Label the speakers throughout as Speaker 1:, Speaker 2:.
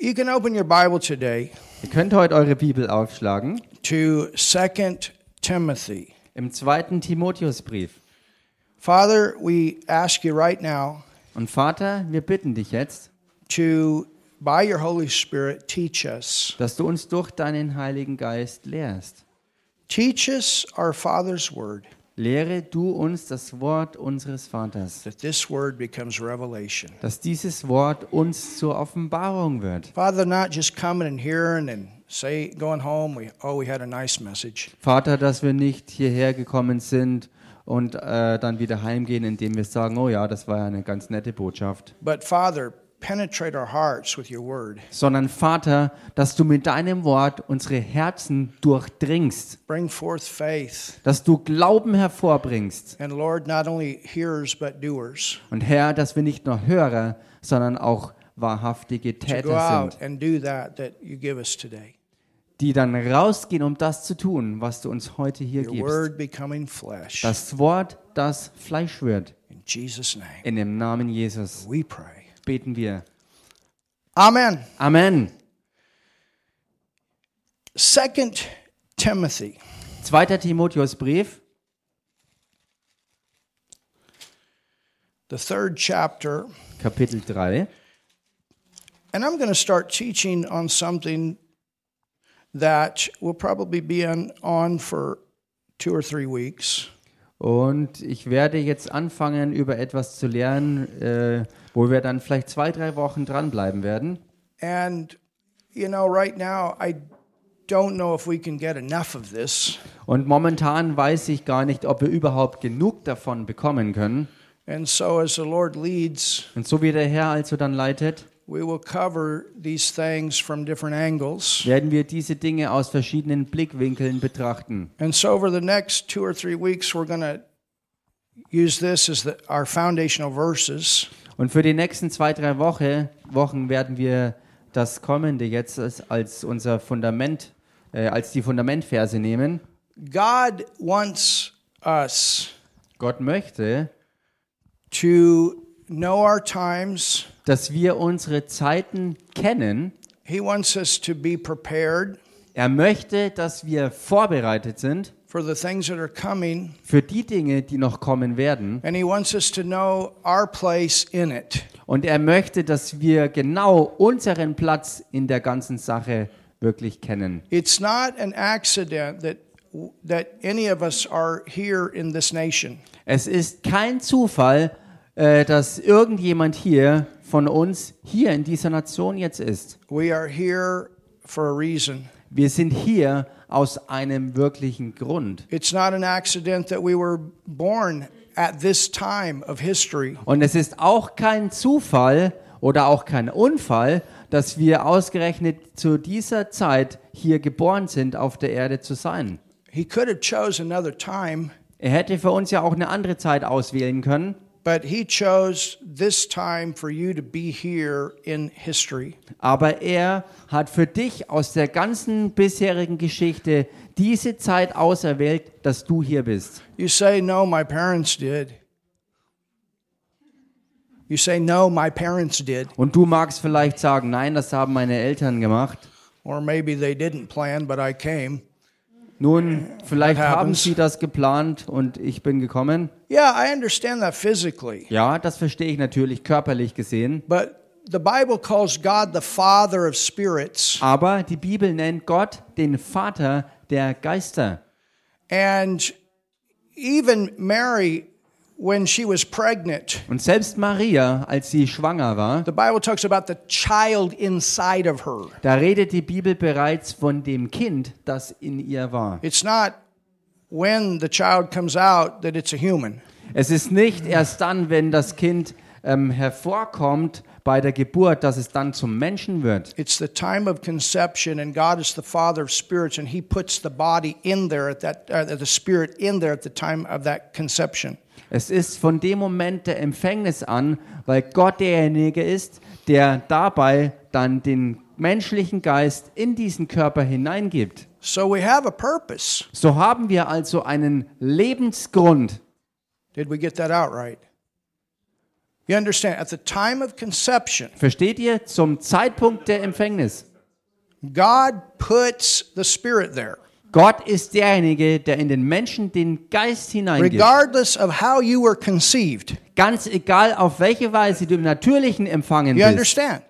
Speaker 1: You can open your Bible today
Speaker 2: Ihr könnt heute eure Bibel aufschlagen
Speaker 1: to 2 Timothy.
Speaker 2: im zweiten Timotheusbrief.
Speaker 1: Father, we ask you right now
Speaker 2: Und Vater, wir bitten dich jetzt,
Speaker 1: to, by your Holy Spirit, teach us.
Speaker 2: dass du uns durch deinen Heiligen Geist lehrst.
Speaker 1: Teach us our Father's Word,
Speaker 2: Lehre du uns das Wort unseres Vaters,
Speaker 1: that this Word becomes revelation.
Speaker 2: dass dieses Wort uns zur Offenbarung wird.
Speaker 1: Father, not just coming and hearing and say going home, we oh we had a nice message.
Speaker 2: Vater, dass wir nicht hierher gekommen sind und äh, dann wieder heimgehen, indem wir sagen, oh ja, das war ja eine ganz nette Botschaft.
Speaker 1: But Father, penetrate our hearts with your word.
Speaker 2: Sondern Vater, dass du mit deinem Wort unsere Herzen durchdringst,
Speaker 1: Bring forth faith.
Speaker 2: dass du Glauben hervorbringst.
Speaker 1: And Lord, not only hearers but doers.
Speaker 2: Und Herr, dass wir nicht nur Hörer, sondern auch wahrhaftige
Speaker 1: Go
Speaker 2: Täter
Speaker 1: out
Speaker 2: sind,
Speaker 1: and do that that you give us today.
Speaker 2: die dann rausgehen, um das zu tun, was du uns heute hier
Speaker 1: Your
Speaker 2: gibst.
Speaker 1: word becoming flesh.
Speaker 2: Das Wort, das Fleisch wird.
Speaker 1: In Jesus' name.
Speaker 2: In dem Namen Jesus
Speaker 1: We pray.
Speaker 2: beten wir.
Speaker 1: Amen.
Speaker 2: Amen.
Speaker 1: Second Timothy.
Speaker 2: Zweiter Timotheusbrief,
Speaker 1: The third chapter.
Speaker 2: Kapitel 3.
Speaker 1: And I'm going to start teaching on something that will probably be on, on for two or three weeks.
Speaker 2: Und ich werde jetzt anfangen, über etwas zu lernen, äh, wo wir dann vielleicht zwei, drei Wochen dranbleiben werden.
Speaker 1: And, you know, right now, I don't know if we can get enough of this.
Speaker 2: Und momentan weiß ich gar nicht, ob wir überhaupt genug davon bekommen können.
Speaker 1: And so, as the Lord leads,
Speaker 2: Und so wie der Herr also dann leitet,
Speaker 1: we will cover these things from different angles.
Speaker 2: werden wir diese Dinge aus verschiedenen Blickwinkeln betrachten.
Speaker 1: And so, over the next two or three weeks, we're going to use this as the, our foundational verses.
Speaker 2: Und für die nächsten zwei, drei Woche, Wochen werden wir das Kommende jetzt als, als unser Fundament, äh, als die Fundamentverse nehmen.
Speaker 1: God wants us
Speaker 2: Gott möchte,
Speaker 1: to know our times.
Speaker 2: dass wir unsere Zeiten kennen.
Speaker 1: He wants us to be prepared
Speaker 2: Er möchte, dass wir vorbereitet sind
Speaker 1: for the things that are coming,
Speaker 2: für die Dinge, die noch kommen werden.
Speaker 1: and He wants us to know our place in it.
Speaker 2: Und er möchte, dass wir genau unseren Platz in der ganzen Sache wirklich kennen.
Speaker 1: It's not an accident that that any of us are here in this nation.
Speaker 2: Es ist kein Zufall, äh, dass irgendjemand hier von uns hier in dieser Nation jetzt ist.
Speaker 1: We are here for a reason.
Speaker 2: Wir sind hier aus einem wirklichen Grund.
Speaker 1: It's not an accident that we were born at this time of history.
Speaker 2: Und es ist auch kein Zufall oder auch kein Unfall, dass wir ausgerechnet zu dieser Zeit hier geboren sind, auf der Erde zu sein.
Speaker 1: He could have chose another time,
Speaker 2: Er hätte für uns ja auch eine andere Zeit auswählen können,
Speaker 1: but he chose this time for you to be here in history.
Speaker 2: aber er hat für dich aus der ganzen bisherigen Geschichte diese Zeit auserwählt, dass du hier bist.
Speaker 1: You say, No, my parents did. You say, No, my parents did.
Speaker 2: Und du magst vielleicht sagen, nein, das haben meine Eltern gemacht.
Speaker 1: Or maybe they didn't plan, but I came.
Speaker 2: Nun, vielleicht
Speaker 1: That
Speaker 2: haben
Speaker 1: happens.
Speaker 2: sie das geplant und ich bin gekommen.
Speaker 1: Yeah, I understand that physically.
Speaker 2: Ja, das verstehe ich natürlich körperlich gesehen.
Speaker 1: But the Bible calls God the Father of spirits.
Speaker 2: Aber die Bibel nennt Gott den Vater der Geister.
Speaker 1: And even Mary, when she was pregnant,
Speaker 2: Und selbst Maria, als sie schwanger war,
Speaker 1: the Bible talks about the child inside of her.
Speaker 2: da redet die Bibel bereits von dem Kind, das in ihr war.
Speaker 1: It's not when the child comes out that it's a human.
Speaker 2: Es ist nicht erst dann, wenn das Kind ähm, hervorkommt bei der Geburt, dass es dann zum Menschen wird.
Speaker 1: It's the time of conception, and God is the Father of spirits, and He puts the body in there at that, uh, the spirit in there at the time of that conception.
Speaker 2: Es ist von dem Moment der Empfängnis an, weil Gott derjenige ist, der dabei dann den menschlichen Geist in diesen Körper hineingibt.
Speaker 1: So we have a purpose.
Speaker 2: So haben wir also einen Lebensgrund.
Speaker 1: Did we get that out right? You understand? At the time of conception,
Speaker 2: Versteht ihr? Zum Zeitpunkt der Empfängnis.
Speaker 1: God puts the Spirit there.
Speaker 2: Gott ist derjenige, der in den Menschen den Geist hineingibt.
Speaker 1: Regardless of how you were conceived,
Speaker 2: Ganz egal, auf welche Weise du im Natürlichen empfangen
Speaker 1: you
Speaker 2: bist.
Speaker 1: understand?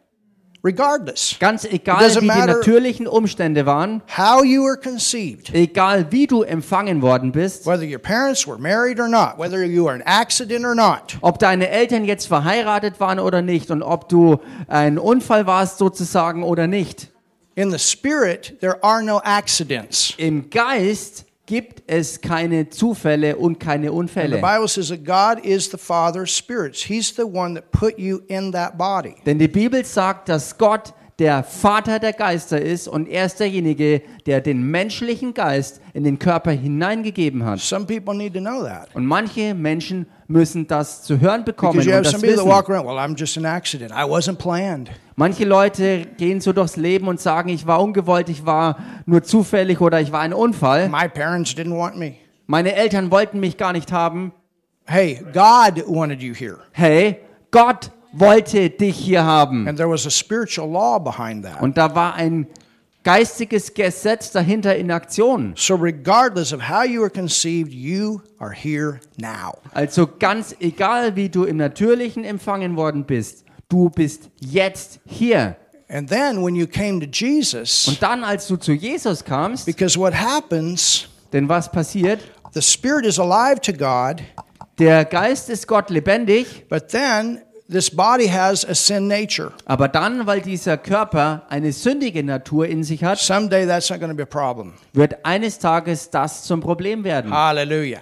Speaker 1: Regardless
Speaker 2: Ganz
Speaker 1: It
Speaker 2: egal,
Speaker 1: doesn't
Speaker 2: wie die
Speaker 1: matter-
Speaker 2: natürlichen Umstände waren.
Speaker 1: how you were conceived,
Speaker 2: Egal, wie du empfangen worden bist.
Speaker 1: whether your parents were married or not, whether you were an accident or not,
Speaker 2: Ob deine Eltern jetzt verheiratet waren oder nicht und ob du ein Unfall warst sozusagen oder nicht.
Speaker 1: in the Spirit, there are no accidents.
Speaker 2: Im Geist gibt es keine Zufälle und keine
Speaker 1: The
Speaker 2: Unfälle.
Speaker 1: Bible says that God is the Father of spirits. He's the one that put you in that body.
Speaker 2: Denn die Bibel sagt, dass Gott der Vater der Geister ist und er ist derjenige, der den menschlichen Geist in den Körper hineingegeben hat.
Speaker 1: Some people need to know that.
Speaker 2: Und manche Menschen müssen das zu hören bekommen
Speaker 1: Because
Speaker 2: und
Speaker 1: you have
Speaker 2: das
Speaker 1: some people that
Speaker 2: wissen.
Speaker 1: walk around, well, I'm just an accident. I wasn't planned.
Speaker 2: Manche Leute gehen so durchs Leben und sagen, ich war ungewollt, ich war nur zufällig oder ich war ein Unfall.
Speaker 1: My parents didn't want me.
Speaker 2: Meine Eltern wollten mich gar nicht haben.
Speaker 1: Hey, God wanted you here.
Speaker 2: Hey, Gott wollte dich hier haben.
Speaker 1: And there was a spiritual law behind that.
Speaker 2: Und da war ein geistiges Gesetz dahinter in Aktion.
Speaker 1: So, regardless of how you were conceived, you are here now.
Speaker 2: Also ganz egal, wie du im Natürlichen empfangen worden bist, du bist jetzt hier.
Speaker 1: And then when you came to Jesus,
Speaker 2: Und dann, als du zu Jesus kamst,
Speaker 1: because what happens,
Speaker 2: denn was passiert?
Speaker 1: the spirit is alive to God,
Speaker 2: Der Geist ist Gott lebendig,
Speaker 1: but then this body has a sin nature.
Speaker 2: aber dann, weil dieser Körper eine sündige Natur in sich hat,
Speaker 1: Someday that's not going to be a problem.
Speaker 2: wird eines Tages das zum Problem werden.
Speaker 1: Hallelujah.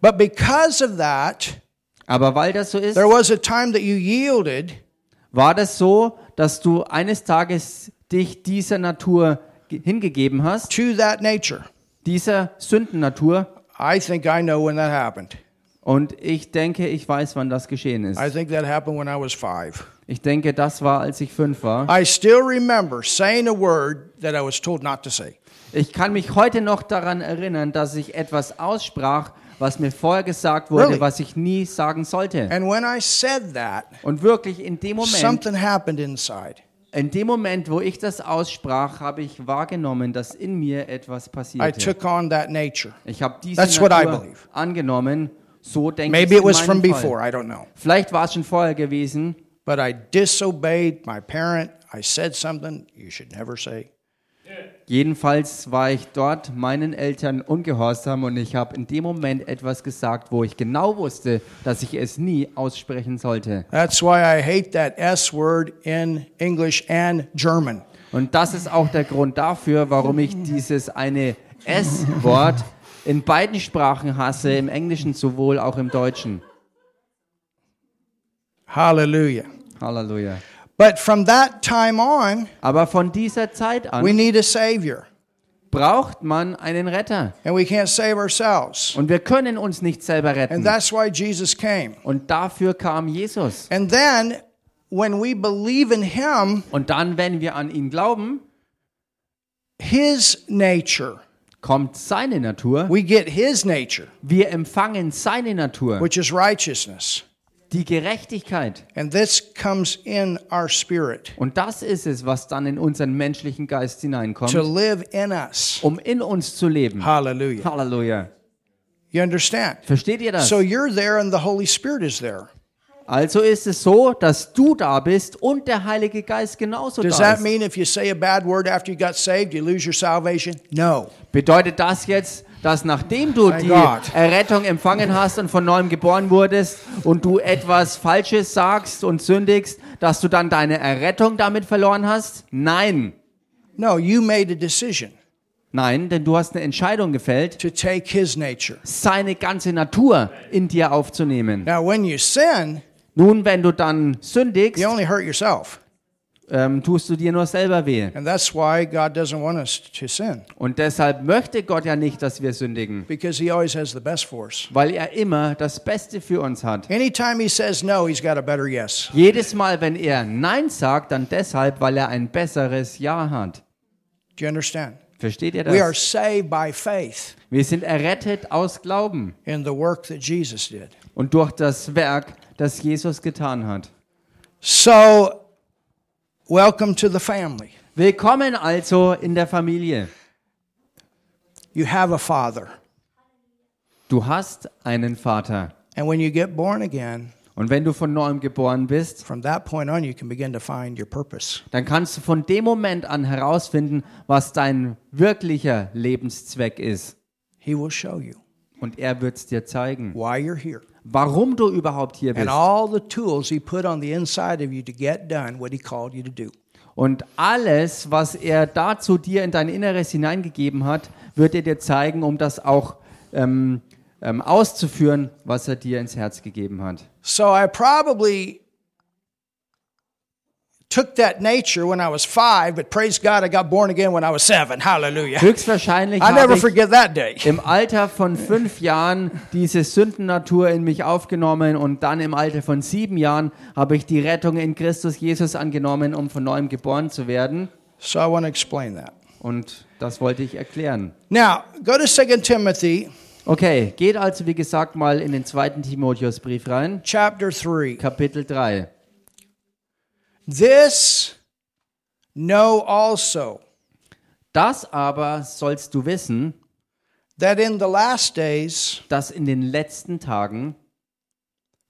Speaker 1: But because of that,
Speaker 2: Aber weil das so ist,
Speaker 1: there was a time that you yielded
Speaker 2: war das so, dass du eines Tages dich dieser Natur ge- hingegeben hast,
Speaker 1: to that nature.
Speaker 2: dieser Sündennatur.
Speaker 1: I think I know when that happened.
Speaker 2: Und ich denke, ich weiß, wann das geschehen ist.
Speaker 1: I think that happened when I was five.
Speaker 2: Ich denke, das war, als ich fünf war.
Speaker 1: I still remember saying a word that I was told not to say.
Speaker 2: Ich kann mich heute noch daran erinnern, dass ich etwas aussprach, was mir vorher gesagt wurde,
Speaker 1: Really?
Speaker 2: was ich nie sagen sollte.
Speaker 1: And when I said that,
Speaker 2: Und wirklich in dem Moment,
Speaker 1: something happened inside.
Speaker 2: in dem Moment, wo ich das aussprach, habe ich wahrgenommen, dass in mir etwas
Speaker 1: I
Speaker 2: passierte.
Speaker 1: took on that nature.
Speaker 2: Ich habe diese
Speaker 1: That's what I
Speaker 2: Natur
Speaker 1: believe.
Speaker 2: angenommen. So denke
Speaker 1: Maybe
Speaker 2: ich
Speaker 1: it
Speaker 2: in
Speaker 1: was from
Speaker 2: meinem Fall.
Speaker 1: before, I don't know.
Speaker 2: Vielleicht war es schon vorher gewesen,
Speaker 1: But I disobeyed my parent. I said something you should never say.
Speaker 2: Jedenfalls war ich dort meinen Eltern ungehorsam und ich habe in dem Moment etwas gesagt, wo ich genau wusste, dass ich es nie aussprechen sollte.
Speaker 1: That's why I hate that S word in English and German.
Speaker 2: Und das ist auch der Grund dafür, warum ich dieses eine S-Wort in beiden Sprachen hasse, im Englischen sowohl auch im Deutschen.
Speaker 1: Hallelujah.
Speaker 2: Halleluja.
Speaker 1: But from that time on,
Speaker 2: Aber von dieser Zeit
Speaker 1: we
Speaker 2: an
Speaker 1: need a Savior.
Speaker 2: braucht man einen Retter.
Speaker 1: And we can't save ourselves.
Speaker 2: Und wir können uns nicht selber
Speaker 1: And
Speaker 2: retten.
Speaker 1: that's why Jesus came.
Speaker 2: Und dafür kam Jesus.
Speaker 1: And then when we believe in him,
Speaker 2: Und dann, wenn wir an ihn glauben,
Speaker 1: his nature,
Speaker 2: kommt seine Natur.
Speaker 1: we get his nature,
Speaker 2: Wir empfangen seine Natur,
Speaker 1: which is righteousness.
Speaker 2: die Gerechtigkeit.
Speaker 1: And this comes in our spirit
Speaker 2: Und das ist es, was dann in unseren menschlichen Geist
Speaker 1: to
Speaker 2: hineinkommt,
Speaker 1: live in us.
Speaker 2: um in uns zu leben.
Speaker 1: Hallelujah.
Speaker 2: Halleluja.
Speaker 1: You understand?
Speaker 2: Versteht ihr das?
Speaker 1: So you're there and the Holy Spirit is there.
Speaker 2: Also ist es so, dass du da bist und der Heilige Geist genauso
Speaker 1: Does
Speaker 2: da
Speaker 1: that
Speaker 2: ist.
Speaker 1: mean if you say a bad word after you got saved, you lose your salvation? No.
Speaker 2: Bedeutet das jetzt, dass nachdem du
Speaker 1: Thank
Speaker 2: die
Speaker 1: God.
Speaker 2: Errettung empfangen hast und von neuem geboren wurdest und du etwas Falsches sagst und sündigst, dass du dann deine Errettung damit verloren hast? Nein.
Speaker 1: No, you made a decision
Speaker 2: Nein, denn du hast eine Entscheidung gefällt.
Speaker 1: to take his nature.
Speaker 2: seine ganze Natur in dir aufzunehmen.
Speaker 1: Now, when you sin,
Speaker 2: Nun, wenn du dann sündigst,
Speaker 1: you only hurt yourself.
Speaker 2: ähm, tust du dir nur selber weh.
Speaker 1: And that's why God doesn't want us to sin,
Speaker 2: Und deshalb möchte Gott ja nicht, dass wir sündigen,
Speaker 1: because He always has the best for us.
Speaker 2: weil er immer das Beste für uns hat.
Speaker 1: Anytime He says no, He's got a better yes.
Speaker 2: Jedes Mal, wenn er Nein sagt, dann deshalb, weil er ein besseres Ja hat.
Speaker 1: Do you understand?
Speaker 2: Versteht ihr
Speaker 1: We are
Speaker 2: das?
Speaker 1: saved by faith
Speaker 2: Wir sind errettet aus Glauben
Speaker 1: in the work that Jesus did.
Speaker 2: und durch das Werk, das Jesus getan hat.
Speaker 1: So, welcome to the family.
Speaker 2: Willkommen also in der Familie.
Speaker 1: You have a father.
Speaker 2: Du hast einen Vater.
Speaker 1: And when you get born again,
Speaker 2: Und wenn du von neuem geboren bist,
Speaker 1: from that point on, you can begin to find your purpose.
Speaker 2: dann kannst du von dem Moment an herausfinden, was dein wirklicher Lebenszweck ist.
Speaker 1: He will show you
Speaker 2: Und er wird es dir zeigen,
Speaker 1: why you're here.
Speaker 2: warum du überhaupt hier
Speaker 1: And
Speaker 2: bist.
Speaker 1: all the tools he put on the inside of you to get done what he called you to do.
Speaker 2: Und alles, was er dazu dir in dein Inneres hineingegeben hat, wird er dir zeigen, um das auch ähm, ähm, auszuführen, was er dir ins Herz gegeben hat.
Speaker 1: So I probably took that nature when I was five, but praise God, I got born again when I was seven. Hallelujah.
Speaker 2: Höchstwahrscheinlich
Speaker 1: I never
Speaker 2: habe ich
Speaker 1: forget that day.
Speaker 2: im Alter von fünf Jahren diese Sündennatur in mich aufgenommen und dann im Alter von sieben Jahren habe ich die Rettung in Christus Jesus angenommen, um von neuem geboren zu werden.
Speaker 1: So I want to explain that.
Speaker 2: Und das wollte ich erklären.
Speaker 1: Now, go to 2 Timothy
Speaker 2: Okay, geht also wie gesagt mal in den zweiten Timotheusbrief rein,
Speaker 1: chapter 3.
Speaker 2: Kapitel 3.
Speaker 1: This know also
Speaker 2: Das aber sollst du wissen,
Speaker 1: that in the last days
Speaker 2: dass in den letzten Tagen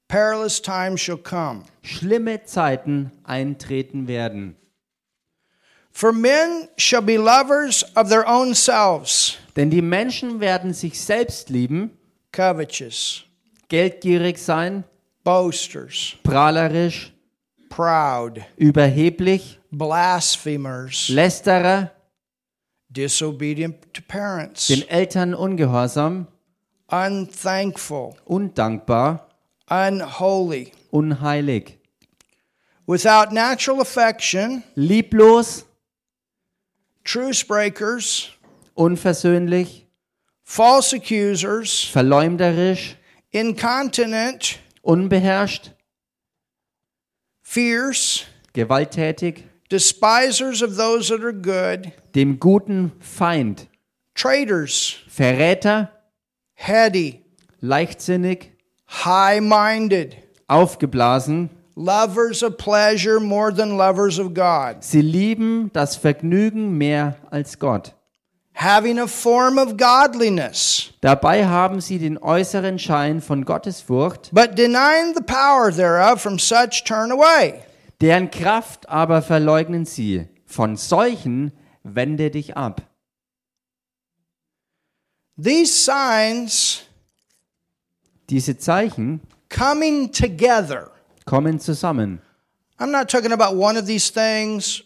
Speaker 1: perilous times shall come.
Speaker 2: schlimme Zeiten eintreten werden.
Speaker 1: For men shall be lovers of their own selves,
Speaker 2: Denn die Menschen werden sich selbst lieben,
Speaker 1: covetous,
Speaker 2: geldgierig sein,
Speaker 1: boasters,
Speaker 2: prahlerisch,
Speaker 1: proud,
Speaker 2: überheblich,
Speaker 1: blasphemers,
Speaker 2: Lästerer,
Speaker 1: disobedient to parents,
Speaker 2: den Eltern ungehorsam,
Speaker 1: unthankful,
Speaker 2: undankbar,
Speaker 1: unholy,
Speaker 2: unheilig,
Speaker 1: without natural affection,
Speaker 2: lieblos,
Speaker 1: truce breakers,
Speaker 2: unversöhnlich,
Speaker 1: false accusers,
Speaker 2: verleumderisch,
Speaker 1: incontinent,
Speaker 2: unbeherrscht,
Speaker 1: fierce,
Speaker 2: gewalttätig,
Speaker 1: despisers of those that are good,
Speaker 2: dem Guten Feind,
Speaker 1: traitors,
Speaker 2: Verräter,
Speaker 1: heady,
Speaker 2: leichtsinnig,
Speaker 1: high minded,
Speaker 2: aufgeblasen.
Speaker 1: lovers of pleasure more than lovers of God,
Speaker 2: Sie lieben das Vergnügen mehr als Gott.
Speaker 1: having a form of godliness,
Speaker 2: Dabei haben sie den äußeren Schein von Gottesfurcht,
Speaker 1: but denying the power thereof, from such turn away.
Speaker 2: deren Kraft aber verleugnen sie. Von solchen wende dich ab.
Speaker 1: These signs
Speaker 2: Diese Zeichen
Speaker 1: coming together.
Speaker 2: kommen zusammen.
Speaker 1: I'm not talking about one of these things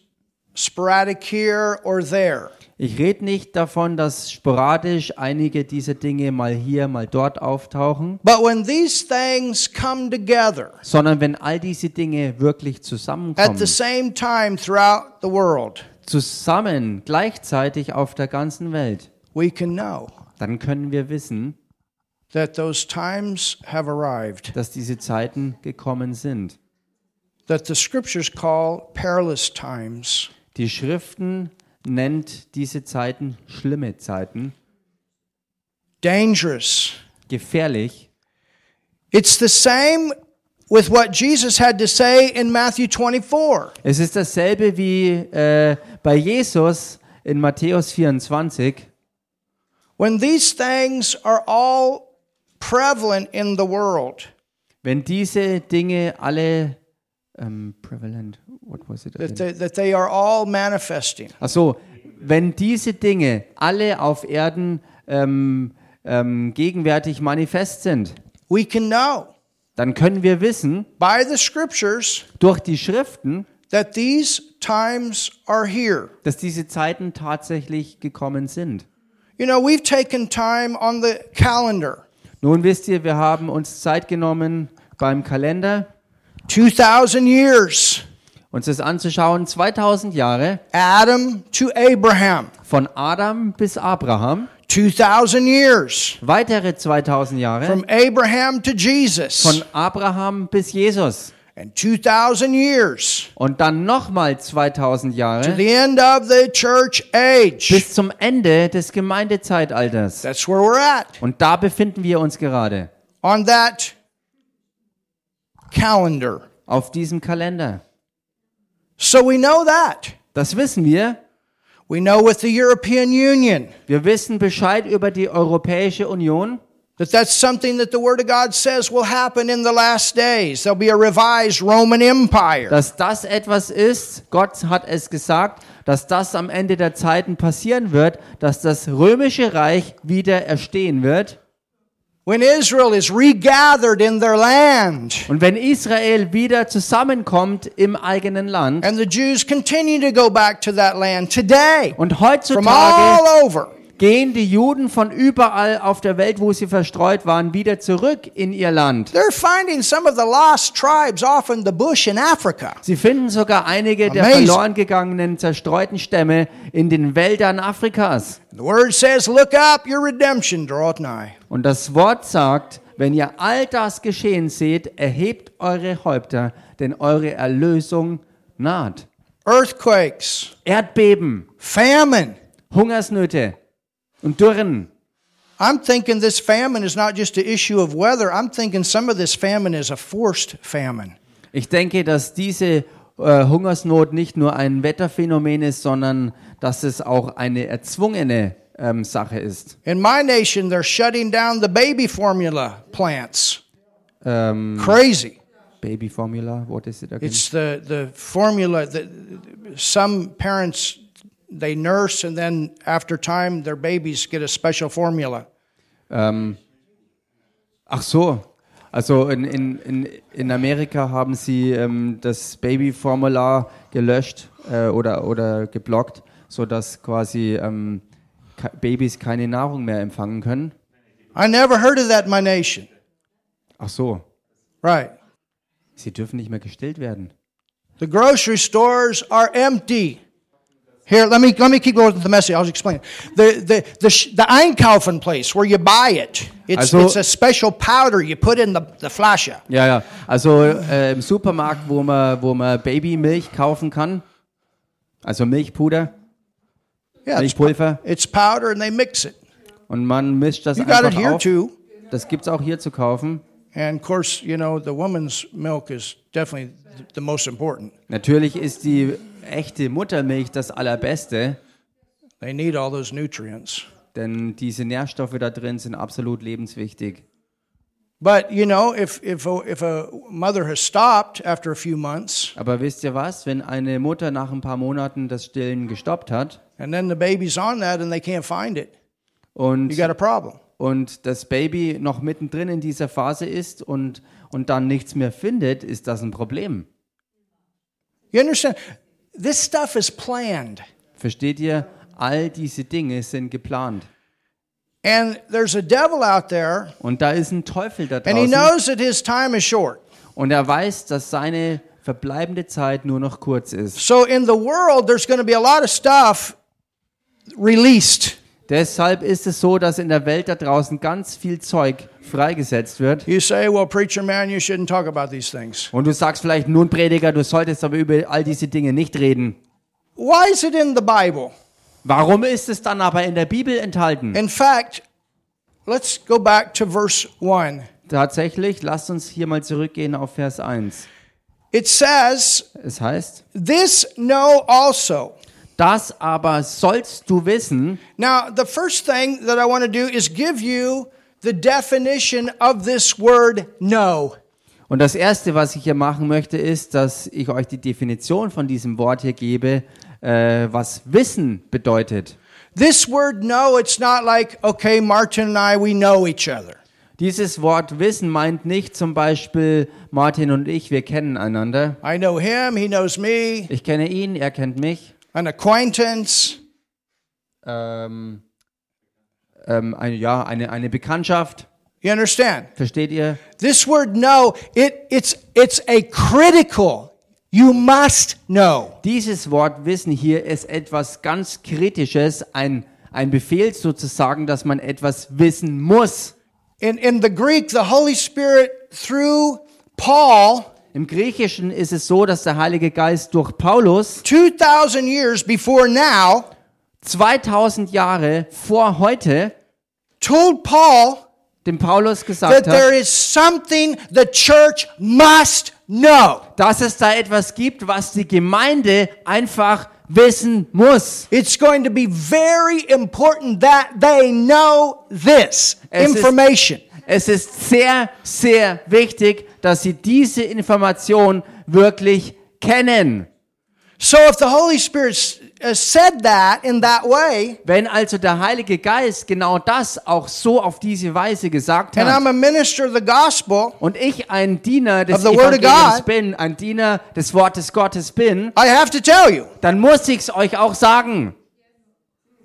Speaker 1: sporadic here or there.
Speaker 2: Ich rede nicht davon, dass sporadisch einige dieser Dinge mal hier, mal dort auftauchen,
Speaker 1: But when these things come together
Speaker 2: sondern wenn all diese Dinge wirklich
Speaker 1: at the
Speaker 2: zusammenkommen,
Speaker 1: same time throughout the world,
Speaker 2: zusammen, gleichzeitig auf der ganzen Welt,
Speaker 1: we can know
Speaker 2: dann können wir wissen,
Speaker 1: that those times have arrived,
Speaker 2: dass diese Zeiten gekommen sind.
Speaker 1: that the scriptures call perilous times.
Speaker 2: Die Schriften nennt diese Zeiten schlimme Zeiten,
Speaker 1: dangerous.
Speaker 2: gefährlich.
Speaker 1: It's the same with what Jesus had to say in Matthew 24.
Speaker 2: Es ist dasselbe wie äh, bei Jesus in Matthäus 24.
Speaker 1: When these things are all prevalent in the world,
Speaker 2: Wenn diese Dinge alle ähm, prevalent, what was it?
Speaker 1: that
Speaker 2: again?
Speaker 1: they, that they are all manifesting,
Speaker 2: Ach so, wenn diese Dinge alle auf Erden ähm, ähm, gegenwärtig manifest sind,
Speaker 1: we can know
Speaker 2: dann können wir wissen
Speaker 1: by the scriptures
Speaker 2: durch die Schriften,
Speaker 1: that these times are here.
Speaker 2: dass diese Zeiten tatsächlich gekommen sind.
Speaker 1: You know, we've taken time on the calendar,
Speaker 2: Nun wisst ihr, wir haben uns Zeit genommen beim Kalender,
Speaker 1: 2,000 years,
Speaker 2: uns das anzuschauen, 2000 Jahre
Speaker 1: Adam to Abraham,
Speaker 2: von Adam bis Abraham,
Speaker 1: 2,000 years,
Speaker 2: weitere 2000 Jahre
Speaker 1: from Abraham to Jesus.
Speaker 2: von Abraham bis Jesus
Speaker 1: and 2,000 years
Speaker 2: und dann nochmal 2000
Speaker 1: to
Speaker 2: Jahre
Speaker 1: the end of the church age.
Speaker 2: bis zum Ende des Gemeindezeitalters.
Speaker 1: That's where we're at
Speaker 2: Und da befinden wir uns gerade
Speaker 1: on that calendar.
Speaker 2: auf diesem Kalender.
Speaker 1: So we know that.
Speaker 2: Das wissen wir.
Speaker 1: We know with the European Union
Speaker 2: Wir wissen Bescheid über die Europäische Union,
Speaker 1: that that's something that the Word of God says will happen in the last days. There'll be a revised Roman Empire.
Speaker 2: dass das etwas ist, Gott hat es gesagt, dass das am Ende der Zeiten passieren wird, dass das römische Reich wieder erstehen wird.
Speaker 1: When Israel is regathered in their land
Speaker 2: Und wenn Israel wieder zusammenkommt im eigenen Land
Speaker 1: and the Jews continue to go back to that land today
Speaker 2: und
Speaker 1: from
Speaker 2: heutzutage
Speaker 1: all over.
Speaker 2: gehen die Juden von überall auf der Welt, wo sie verstreut waren, wieder zurück in ihr Land.
Speaker 1: They're finding some of the lost tribes off in the bush in Africa.
Speaker 2: Sie finden sogar einige der
Speaker 1: Amazing.
Speaker 2: verloren gegangenen, zerstreuten Stämme in den Wäldern Afrikas.
Speaker 1: The word says, Look up, your redemption draweth nigh.
Speaker 2: Und das Wort sagt, wenn ihr all das geschehen seht, erhebt eure Häupter, denn eure Erlösung naht.
Speaker 1: Earthquakes,
Speaker 2: Erdbeben,
Speaker 1: famine.
Speaker 2: Hungersnöte und Dürren.
Speaker 1: I'm thinking this famine is not just an issue of weather. I'm thinking some of this famine is a forced famine.
Speaker 2: Ich denke, dass diese äh, Hungersnot nicht nur ein Wetterphänomen ist, sondern dass es auch eine erzwungene ähm, Sache ist.
Speaker 1: In my nation, they're shutting down the baby formula plants.
Speaker 2: Ähm,
Speaker 1: Crazy.
Speaker 2: Baby Formula, what is it again?
Speaker 1: It's the, the formula that some parents they nurse and then after time their babies get a special formula.
Speaker 2: Ähm, ach so. Also in, in, in, in Amerika haben sie ähm, das Baby-Formular gelöscht äh, oder, oder geblockt, sodass quasi ähm, ke Babys keine Nahrung mehr empfangen können.
Speaker 1: I never heard of that in my nation.
Speaker 2: Ach so,
Speaker 1: Right.
Speaker 2: sie dürfen nicht mehr gestillt werden.
Speaker 1: The grocery stores are empty. Here, let me let me keep going with the message. I'll explain. The the the sh- the Einkaufen place where you buy it. It's
Speaker 2: Also-
Speaker 1: it's a special powder you put in the the flasche.
Speaker 2: Ja, ja. Also äh, im Supermarkt, wo man, wo man Babymilch kaufen kann, also Milchpuder,
Speaker 1: Yeah, it's,
Speaker 2: Milchpulver,
Speaker 1: it's powder and they mix it.
Speaker 2: und man mischt das
Speaker 1: You got it
Speaker 2: einfach
Speaker 1: here
Speaker 2: auf.
Speaker 1: too.
Speaker 2: Das gibt's auch hier zu kaufen.
Speaker 1: And of course, you know the woman's milk is definitely th- the most important.
Speaker 2: Natürlich ist die echte Muttermilch das allerbeste,
Speaker 1: They need all those nutrients.
Speaker 2: denn diese Nährstoffe da drin sind absolut lebenswichtig.
Speaker 1: But you know, if if a, if a mother has stopped after a few months,
Speaker 2: Aber wisst ihr was, wenn eine Mutter nach ein paar Monaten das Stillen gestoppt hat
Speaker 1: and then the baby's on that and they can't find it,
Speaker 2: und,
Speaker 1: you got a problem.
Speaker 2: und das Baby noch mittendrin in dieser Phase ist und, und dann nichts mehr findet, ist das ein Problem.
Speaker 1: You understand? This stuff is planned.
Speaker 2: Versteht ihr? All diese Dinge sind geplant.
Speaker 1: And there's a devil out there,
Speaker 2: Und da ist ein Teufel da
Speaker 1: and he
Speaker 2: draußen
Speaker 1: knows that his time is short.
Speaker 2: und er weiß, dass seine verbleibende Zeit nur noch kurz ist.
Speaker 1: So in the world, there's going to be a lot of stuff released.
Speaker 2: Deshalb ist es so, dass in der Welt da draußen ganz viel Zeug freigesetzt wird.
Speaker 1: You say, well, preacher man, you shouldn't talk about these things.
Speaker 2: Und du sagst vielleicht, nun Prediger, du solltest aber über all diese Dinge nicht reden.
Speaker 1: Why is it in the Bible?
Speaker 2: Warum ist es dann aber in der Bibel enthalten?
Speaker 1: In fact, let's go back to verse 1.
Speaker 2: Tatsächlich, lasst uns hier mal zurückgehen auf Vers 1.
Speaker 1: It says,
Speaker 2: Es heißt,
Speaker 1: This know also.
Speaker 2: das aber sollst du wissen.
Speaker 1: Now, the first thing that I want to do is give you the definition of this word know.
Speaker 2: Und das Erste, was ich hier machen möchte, ist, dass ich euch die Definition von diesem Wort hier gebe, äh, was Wissen bedeutet.
Speaker 1: This word know, it's not like, okay, Martin and I, we know each other.
Speaker 2: Dieses Wort Wissen meint nicht zum Beispiel Martin und ich, wir kennen einander.
Speaker 1: I know him, he knows me,
Speaker 2: Ich kenne ihn, er kennt mich.
Speaker 1: an acquaintance.
Speaker 2: Ähm, ähm, ein, ja, eine, eine Bekanntschaft,
Speaker 1: You understand?
Speaker 2: versteht ihr?
Speaker 1: This word know, it, it's, it's a critical, you must know.
Speaker 2: Dieses Wort Wissen hier ist etwas ganz Kritisches, ein, ein Befehl sozusagen, dass man etwas wissen muss.
Speaker 1: In, in the Greek, the Holy Spirit, through Paul,
Speaker 2: Im Griechischen ist es so, dass der Heilige Geist durch Paulus
Speaker 1: 2,000 years before now,
Speaker 2: 2000 Jahre vor heute
Speaker 1: told Paul
Speaker 2: dem Paulus
Speaker 1: that
Speaker 2: gesagt
Speaker 1: there
Speaker 2: hat,
Speaker 1: is something the church must know.
Speaker 2: dass es da etwas gibt, was die Gemeinde einfach wissen muss.
Speaker 1: It's going to be very important that they know this
Speaker 2: Es ist-
Speaker 1: information.
Speaker 2: Es ist sehr, sehr wichtig, dass sie diese Information wirklich kennen.
Speaker 1: So if the Holy Spirit s- uh, said that in that way,
Speaker 2: Wenn also der Heilige Geist genau das auch so auf diese Weise gesagt
Speaker 1: and
Speaker 2: hat
Speaker 1: I'm a minister of the gospel,
Speaker 2: und ich ein Diener
Speaker 1: Of
Speaker 2: des
Speaker 1: the Word of
Speaker 2: Evangeliums
Speaker 1: God.
Speaker 2: bin, ein Diener des Wortes Gottes bin,
Speaker 1: I have to tell you.
Speaker 2: dann muss ich es euch auch sagen.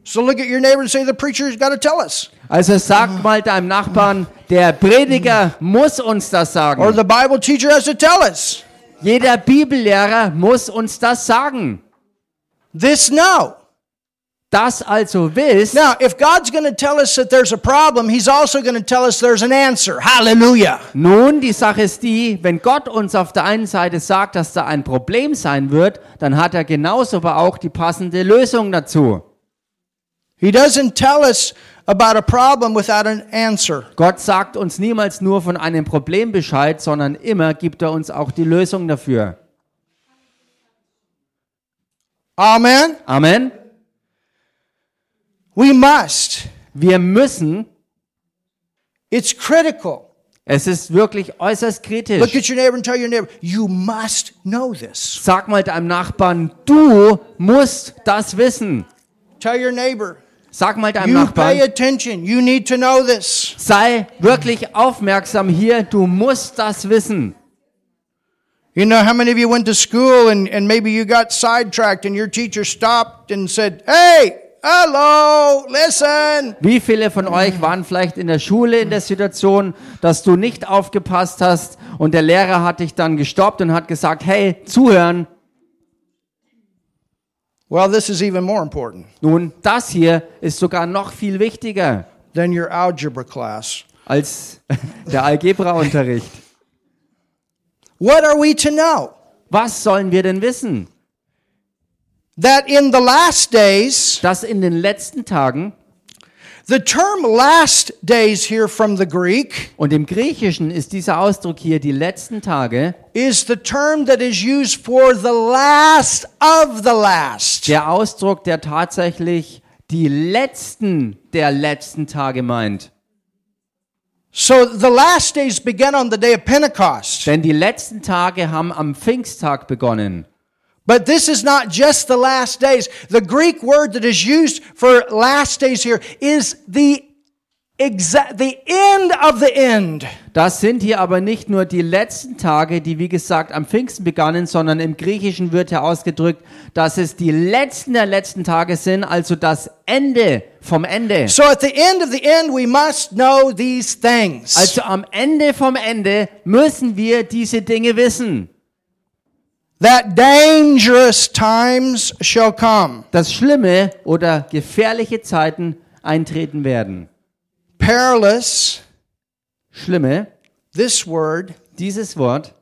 Speaker 1: So look at your neighbor and say, the preacher's got to tell us.
Speaker 2: Also
Speaker 1: Ah.
Speaker 2: sagt mal deinem Nachbarn, der Prediger muss uns das
Speaker 1: Or
Speaker 2: sagen.
Speaker 1: the Bible teacher has to tell us.
Speaker 2: Jeder Bibellehrer muss uns das sagen.
Speaker 1: This no.
Speaker 2: Das also wisst,
Speaker 1: Now, if God's going to tell us that there's a problem, He's also going to tell us there's an answer. Hallelujah.
Speaker 2: Nun, die Sache ist die, wenn Gott uns auf der einen Seite sagt, dass da ein Problem sein wird, dann hat er genauso aber auch die passende Lösung dazu.
Speaker 1: He doesn't tell us about a problem without an answer.
Speaker 2: Gott sagt uns niemals nur von einem Problem Bescheid, sondern immer gibt er uns auch die Lösung dafür.
Speaker 1: Amen.
Speaker 2: Amen.
Speaker 1: We must.
Speaker 2: Wir müssen,
Speaker 1: It's critical.
Speaker 2: es ist wirklich äußerst
Speaker 1: Look
Speaker 2: kritisch.
Speaker 1: at your neighbor and tell your neighbor, you must know this.
Speaker 2: Sag mal deinem Nachbarn, du musst das wissen.
Speaker 1: Tell your neighbor,
Speaker 2: Sag mal deinem
Speaker 1: you pay
Speaker 2: Nachbarn,
Speaker 1: attention. You need to know this.
Speaker 2: sei wirklich aufmerksam hier, du musst das wissen.
Speaker 1: You know how many of you went to school and, and maybe you got sidetracked and your teacher stopped and said, Hey, hello, listen.
Speaker 2: Wie viele von euch waren vielleicht in der Schule in der Situation, dass du nicht aufgepasst hast und der Lehrer hat dich dann gestoppt und hat gesagt, hey, zuhören.
Speaker 1: Well, this is even more important
Speaker 2: Nun, das hier ist sogar noch viel wichtiger
Speaker 1: than your algebra class.
Speaker 2: als der Algebra-Unterricht.
Speaker 1: What are we to know?
Speaker 2: Was sollen wir denn wissen?
Speaker 1: That in the last days,
Speaker 2: Dass in den letzten Tagen,
Speaker 1: the term last days here from the Greek
Speaker 2: und im Griechischen ist dieser Ausdruck hier die letzten Tage,
Speaker 1: is the term that is used for the last of the last.
Speaker 2: der Ausdruck, der tatsächlich die letzten der letzten Tage meint.
Speaker 1: So the last days began on the day of Pentecost.
Speaker 2: Denn die letzten Tage haben am Pfingsttag begonnen.
Speaker 1: But this is not just the last days. The Greek word that is used for last days here is the exact the end of the end.
Speaker 2: Das sind hier aber nicht nur die letzten Tage, die wie gesagt am Pfingsten begannen, sondern im Griechischen wird hier ausgedrückt, dass es die letzten der letzten Tage sind, also das Ende vom Ende.
Speaker 1: So at the end of the end we must know these things.
Speaker 2: Also am Ende vom Ende müssen wir diese Dinge wissen.
Speaker 1: that dangerous times shall come.
Speaker 2: Dass schlimme oder gefährliche Zeiten eintreten werden.
Speaker 1: Perilous,
Speaker 2: Schlimme,
Speaker 1: this word
Speaker 2: dieses Wort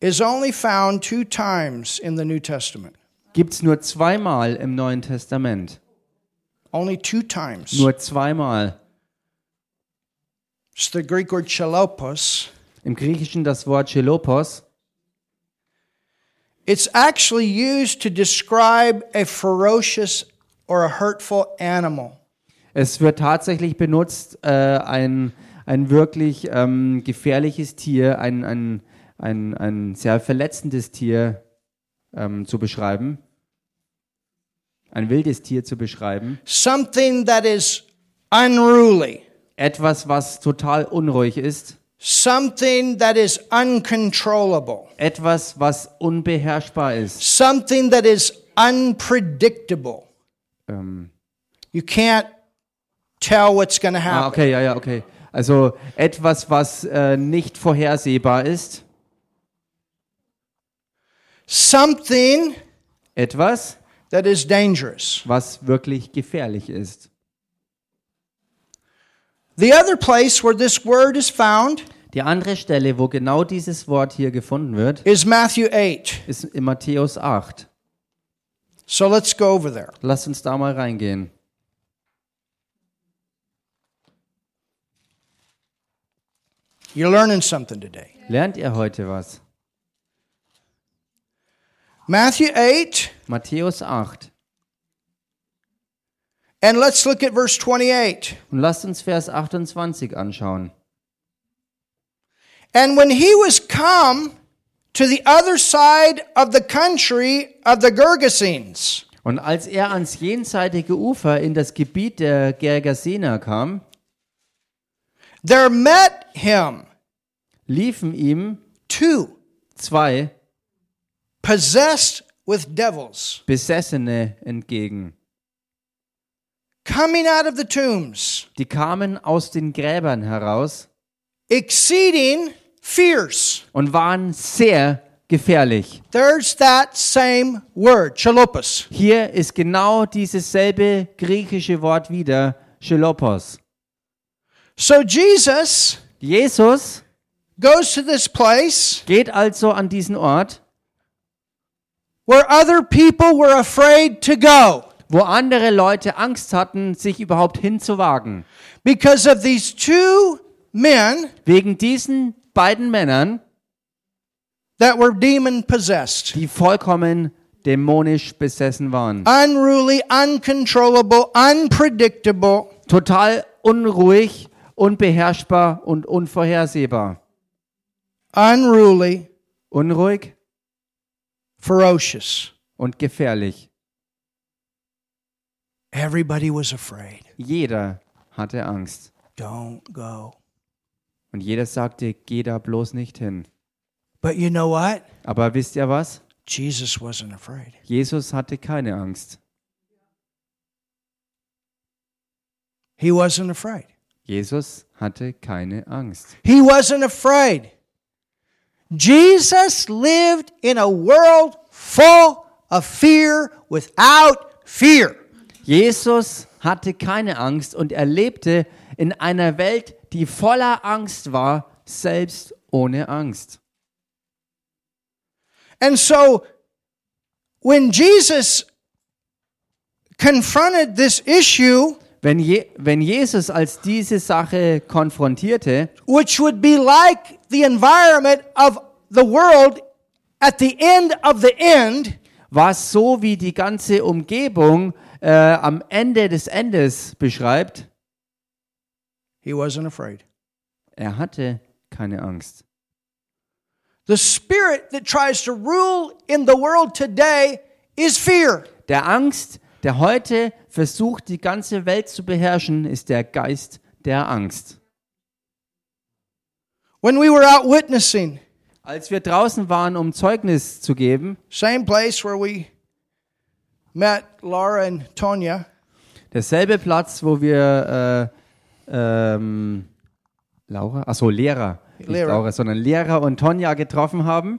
Speaker 1: is only found two times in the New Testament.
Speaker 2: gibt's nur zweimal im Neuen Testament.
Speaker 1: Only two times.
Speaker 2: Nur zweimal.
Speaker 1: It's the Greek word chalopos.
Speaker 2: Im Griechischen das Wort Chelopos.
Speaker 1: It's actually used to describe a ferocious or a hurtful animal.
Speaker 2: Es wird tatsächlich benutzt, äh, ein, ein wirklich ähm, gefährliches Tier, ein, ein, ein, ein sehr verletzendes Tier ähm, zu beschreiben. Ein wildes Tier zu beschreiben.
Speaker 1: Something that is unruly.
Speaker 2: Etwas, was total unruhig ist.
Speaker 1: Something that is uncontrollable.
Speaker 2: Etwas, was unbeherrschbar ist.
Speaker 1: Something that is unpredictable.
Speaker 2: Ähm,
Speaker 1: You can't tell what's going to happen.
Speaker 2: ah, okay, ja, ja, okay. Also etwas, was äh, nicht vorhersehbar ist.
Speaker 1: Something
Speaker 2: Etwas,
Speaker 1: that is dangerous.
Speaker 2: was wirklich gefährlich ist.
Speaker 1: The other place where this word is found
Speaker 2: Die andere Stelle, wo genau dieses Wort hier gefunden wird,
Speaker 1: is Matthew 8.
Speaker 2: ist in Matthäus 8.
Speaker 1: So let's go over there.
Speaker 2: Lasst uns da mal reingehen.
Speaker 1: You're learning something today.
Speaker 2: Lernt ihr heute was?
Speaker 1: Matthew 8,
Speaker 2: Matthäus 8.
Speaker 1: and let's look at verse 28.
Speaker 2: Und lasst uns Vers 28 anschauen.
Speaker 1: And when he was come to the other side of the country of the Gergesenes,
Speaker 2: Und als er ans jenseitige Ufer in das Gebiet der Gergesener kam,
Speaker 1: there met him
Speaker 2: liefen ihm
Speaker 1: two
Speaker 2: zwei
Speaker 1: possessed with devils
Speaker 2: Besessene entgegen.
Speaker 1: coming out of the tombs,
Speaker 2: Die kamen aus den Gräbern heraus
Speaker 1: exceeding fierce.
Speaker 2: und waren sehr gefährlich.
Speaker 1: There's that same word, chalopus.
Speaker 2: Hier ist genau dieses selbe griechische Wort wieder, Schelopos.
Speaker 1: So Jesus
Speaker 2: Jesus
Speaker 1: goes to this place
Speaker 2: geht also an diesen Ort,
Speaker 1: where other people were afraid to go
Speaker 2: wo andere Leute Angst hatten, sich überhaupt hinzuwagen.
Speaker 1: because of these two men
Speaker 2: Wegen diesen beiden Männern,
Speaker 1: that were demon possessed.
Speaker 2: die vollkommen dämonisch besessen waren.
Speaker 1: Unruly, uncontrollable, unpredictable.
Speaker 2: Total unruhig, unbeherrschbar und unvorhersehbar.
Speaker 1: Unruly,
Speaker 2: Unruhig
Speaker 1: ferocious.
Speaker 2: und gefährlich.
Speaker 1: Everybody was afraid.
Speaker 2: Jeder hatte Angst.
Speaker 1: Don't go.
Speaker 2: Und jeder sagte, geh da bloß nicht hin.
Speaker 1: But you know what?
Speaker 2: Aber wisst ihr was?
Speaker 1: Jesus wasn't afraid.
Speaker 2: Jesus hatte keine Angst.
Speaker 1: He wasn't afraid.
Speaker 2: Jesus hatte keine Angst.
Speaker 1: He wasn't afraid. Jesus lived in a world full of fear without fear.
Speaker 2: Jesus hatte keine Angst und er lebte in einer Welt, die voller Angst war, selbst ohne Angst.
Speaker 1: And so when Jesus confronted this issue,
Speaker 2: Wenn, Je wenn Jesus als diese Sache konfrontierte,
Speaker 1: which would be like the environment of the world at the end of the end,
Speaker 2: war es so, wie die ganze Umgebung äh, am Ende des Endes beschreibt,
Speaker 1: he wasn't afraid.
Speaker 2: er hatte keine Angst.
Speaker 1: The spirit that tries to rule in the world today is fear.
Speaker 2: Der Angst, der heute versucht, die ganze Welt zu beherrschen, ist der Geist der Angst.
Speaker 1: When we were out witnessing,
Speaker 2: Als wir draußen waren, um Zeugnis zu geben,
Speaker 1: same place where we met Laura and Tonya,
Speaker 2: derselbe Platz, wo wir äh, ähm, Laura, achso, Lehrer, nicht
Speaker 1: Lehrer.
Speaker 2: Laura, sondern Lehrer und Tonja getroffen haben,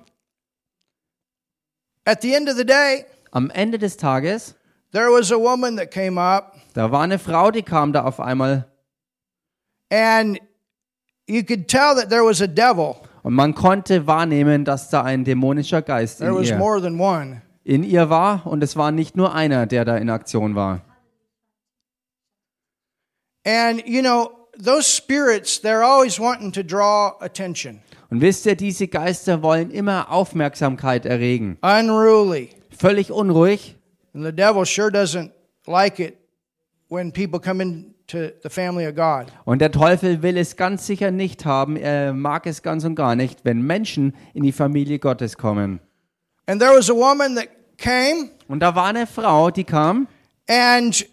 Speaker 1: at the end of the day,
Speaker 2: am Ende des Tages,
Speaker 1: there was a woman that came up
Speaker 2: da war eine Frau, die kam da auf einmal
Speaker 1: and you could tell that there was a devil.
Speaker 2: und man konnte wahrnehmen, dass da ein dämonischer Geist
Speaker 1: There
Speaker 2: in
Speaker 1: was
Speaker 2: ihr,
Speaker 1: more than one.
Speaker 2: in ihr war und es war nicht nur einer, der da in Aktion war.
Speaker 1: And you know, those spirits, they're always wanting to draw attention.
Speaker 2: Und wisst ihr, diese Geister wollen immer Aufmerksamkeit erregen.
Speaker 1: Unruly.
Speaker 2: Völlig unruhig.
Speaker 1: And the devil sure doesn't like it when people come into the family of God.
Speaker 2: Und der Teufel will es ganz sicher nicht haben. Er mag es ganz und gar nicht, wenn Menschen in die Familie Gottes kommen.
Speaker 1: And there was a woman that came
Speaker 2: Und da war eine Frau, die kam.
Speaker 1: and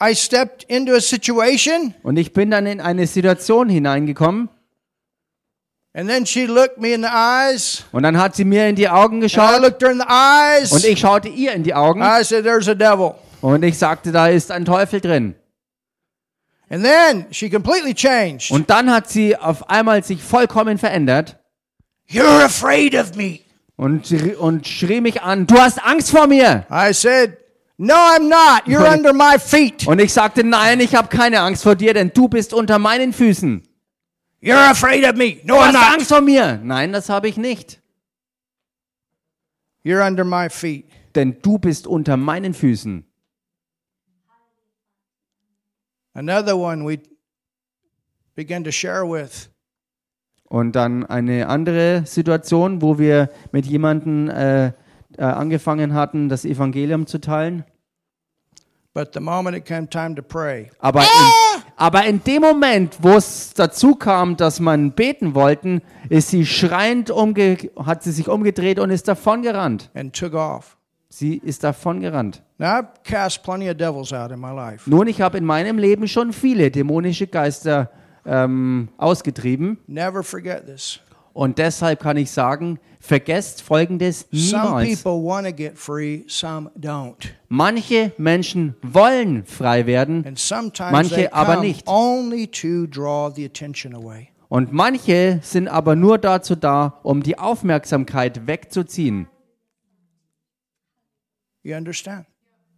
Speaker 1: I stepped into a situation
Speaker 2: Und ich bin dann in eine Situation hineingekommen.
Speaker 1: and then she looked me in the eyes.
Speaker 2: Und dann hat sie mir in die Augen
Speaker 1: And I
Speaker 2: geschaut.
Speaker 1: looked her in the eyes.
Speaker 2: Und ich schaute ihr in die Augen.
Speaker 1: I said, There's a devil.
Speaker 2: Und ich sagte, da ist ein Teufel drin.
Speaker 1: And then she completely changed.
Speaker 2: Und dann hat sie auf einmal sich vollkommen verändert
Speaker 1: You're afraid of me.
Speaker 2: und, und schrie mich an, du hast Angst vor mir.
Speaker 1: I said, No, I'm not. You're under my feet.
Speaker 2: Und ich sagte, nein, ich habe keine Angst vor dir, denn du bist unter meinen Füßen.
Speaker 1: You're afraid of me. No,
Speaker 2: Du
Speaker 1: I'm
Speaker 2: hast
Speaker 1: not.
Speaker 2: Angst vor mir. Nein, das habe ich nicht.
Speaker 1: You're under my feet.
Speaker 2: Denn du bist unter meinen Füßen.
Speaker 1: Another one we began to share with.
Speaker 2: Und dann eine andere Situation, wo wir mit jemandem äh, äh, angefangen hatten, das Evangelium zu teilen.
Speaker 1: But the moment it came time to pray,
Speaker 2: Aber, in, aber in dem Moment, wo es dazu kam, dass man beten wollten, ist sie schreiend umge hat sie sich umgedreht und ist davongerannt.
Speaker 1: and took off.
Speaker 2: Sie ist davongerannt.
Speaker 1: Now, I've cast plenty of devils out in my life.
Speaker 2: Nun, ich habe in meinem Leben schon viele dämonische Geister ähm, ausgetrieben
Speaker 1: Never forget this.
Speaker 2: und deshalb kann ich sagen, vergesst Folgendes
Speaker 1: Some
Speaker 2: niemals.
Speaker 1: people want to get free, some don't.
Speaker 2: Manche Menschen wollen frei werden
Speaker 1: And sometimes
Speaker 2: Manche
Speaker 1: they
Speaker 2: aber
Speaker 1: come
Speaker 2: nicht.
Speaker 1: only to draw the attention away.
Speaker 2: und manche sind aber nur dazu da, um die Aufmerksamkeit wegzuziehen.
Speaker 1: You understand?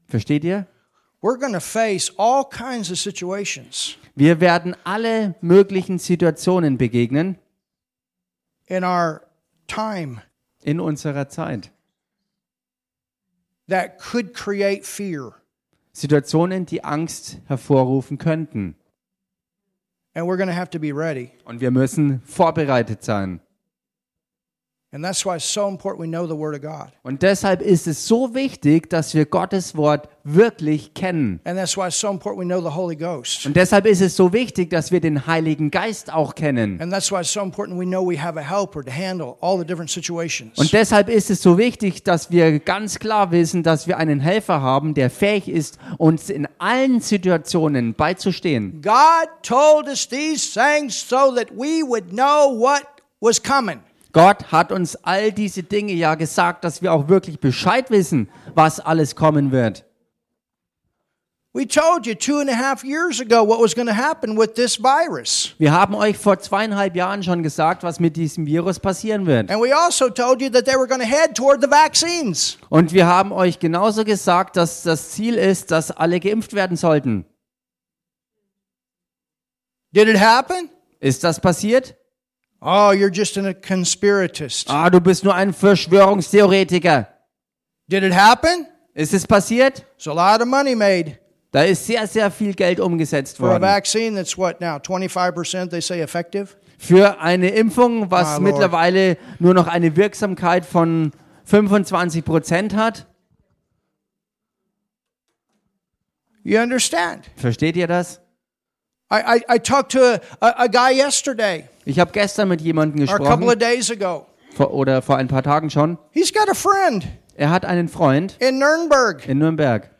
Speaker 2: Versteht ihr?
Speaker 1: We're going to face all kinds of situations
Speaker 2: Wir werden alle möglichen Situationen begegnen
Speaker 1: in our time
Speaker 2: in unserer Zeit.
Speaker 1: that could create fear.
Speaker 2: Situationen, die Angst hervorrufen könnten.
Speaker 1: And we're going to have to be ready.
Speaker 2: Und wir müssen vorbereitet sein.
Speaker 1: And that's why it's so important we know the Word of God.
Speaker 2: Und deshalb ist es so wichtig, dass wir Gottes Wort wirklich kennen.
Speaker 1: And that's why it's so important we know the Holy Ghost.
Speaker 2: Und deshalb ist es so wichtig, dass wir den Heiligen Geist auch kennen.
Speaker 1: And that's why it's so important we know we have a helper to handle all the different situations.
Speaker 2: Und deshalb ist es so wichtig, dass wir ganz klar wissen, dass wir einen Helfer haben, der fähig ist, uns in allen Situationen beizustehen.
Speaker 1: God told us these things so that we would know what was coming.
Speaker 2: Gott hat uns all diese Dinge ja gesagt, dass wir auch wirklich Bescheid wissen, was alles kommen wird.
Speaker 1: We told you two and a half years ago what was going to happen with this virus.
Speaker 2: Wir haben euch vor zweieinhalb Jahren schon gesagt, was mit diesem Virus passieren wird.
Speaker 1: And we also told you that they were going to head toward the vaccines.
Speaker 2: Und wir haben euch genauso gesagt, dass das Ziel ist, dass alle geimpft werden sollten.
Speaker 1: Did it happen?
Speaker 2: Ist das passiert?
Speaker 1: Oh, you're just an- a conspiratist.
Speaker 2: Ah, du bist nur ein Verschwörungstheoretiker.
Speaker 1: Did it happen?
Speaker 2: Ist es passiert?
Speaker 1: It's a lot of money made
Speaker 2: Da ist sehr, sehr viel Geld umgesetzt
Speaker 1: for a
Speaker 2: worden.
Speaker 1: vaccine that's what now, 25% they say effective?
Speaker 2: Für eine Impfung,
Speaker 1: Ah,
Speaker 2: was
Speaker 1: Lord.
Speaker 2: mittlerweile nur noch eine Wirksamkeit von 25 Prozent hat.
Speaker 1: You understand?
Speaker 2: Versteht ihr das?
Speaker 1: I, I, I talked to a, a, a guy yesterday
Speaker 2: Ich habe gestern mit jemandem
Speaker 1: or a couple
Speaker 2: gesprochen,
Speaker 1: of days ago.
Speaker 2: vor, oder vor ein paar Tagen schon.
Speaker 1: He's got a friend
Speaker 2: Er hat einen Freund
Speaker 1: in Nuremberg
Speaker 2: in Nürnberg.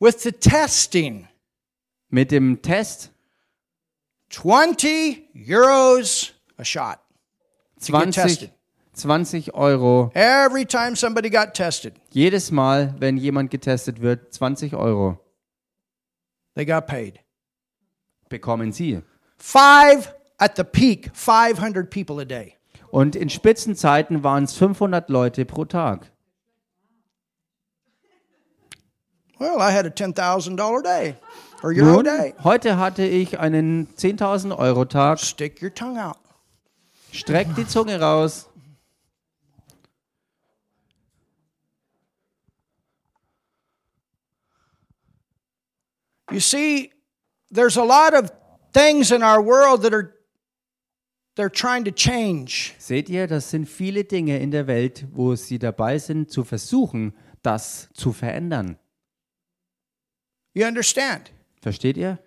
Speaker 1: with the testing.
Speaker 2: Mit dem Test
Speaker 1: 20 euros a shot. get
Speaker 2: 20,
Speaker 1: tested.
Speaker 2: 20 Euro.
Speaker 1: Every time somebody got tested,
Speaker 2: Jedes Mal, wenn jemand getestet wird, 20 Euro
Speaker 1: they got paid.
Speaker 2: bekommen sie.
Speaker 1: Five at the peak, 500 people a day.
Speaker 2: Und in Spitzenzeiten waren es 500 Leute pro Tag.
Speaker 1: Well, I had a $10,000 day or euro
Speaker 2: Nun,
Speaker 1: day.
Speaker 2: heute hatte ich einen 10.000 Euro Tag.
Speaker 1: Stick your tongue out.
Speaker 2: Streck die Zunge raus.
Speaker 1: You see, there's a lot of things in our world that are they're trying to change.
Speaker 2: Seht ihr, das sind viele Dinge in der Welt, wo sie dabei sind, zu versuchen, das zu verändern.
Speaker 1: You understand?
Speaker 2: Versteht ihr?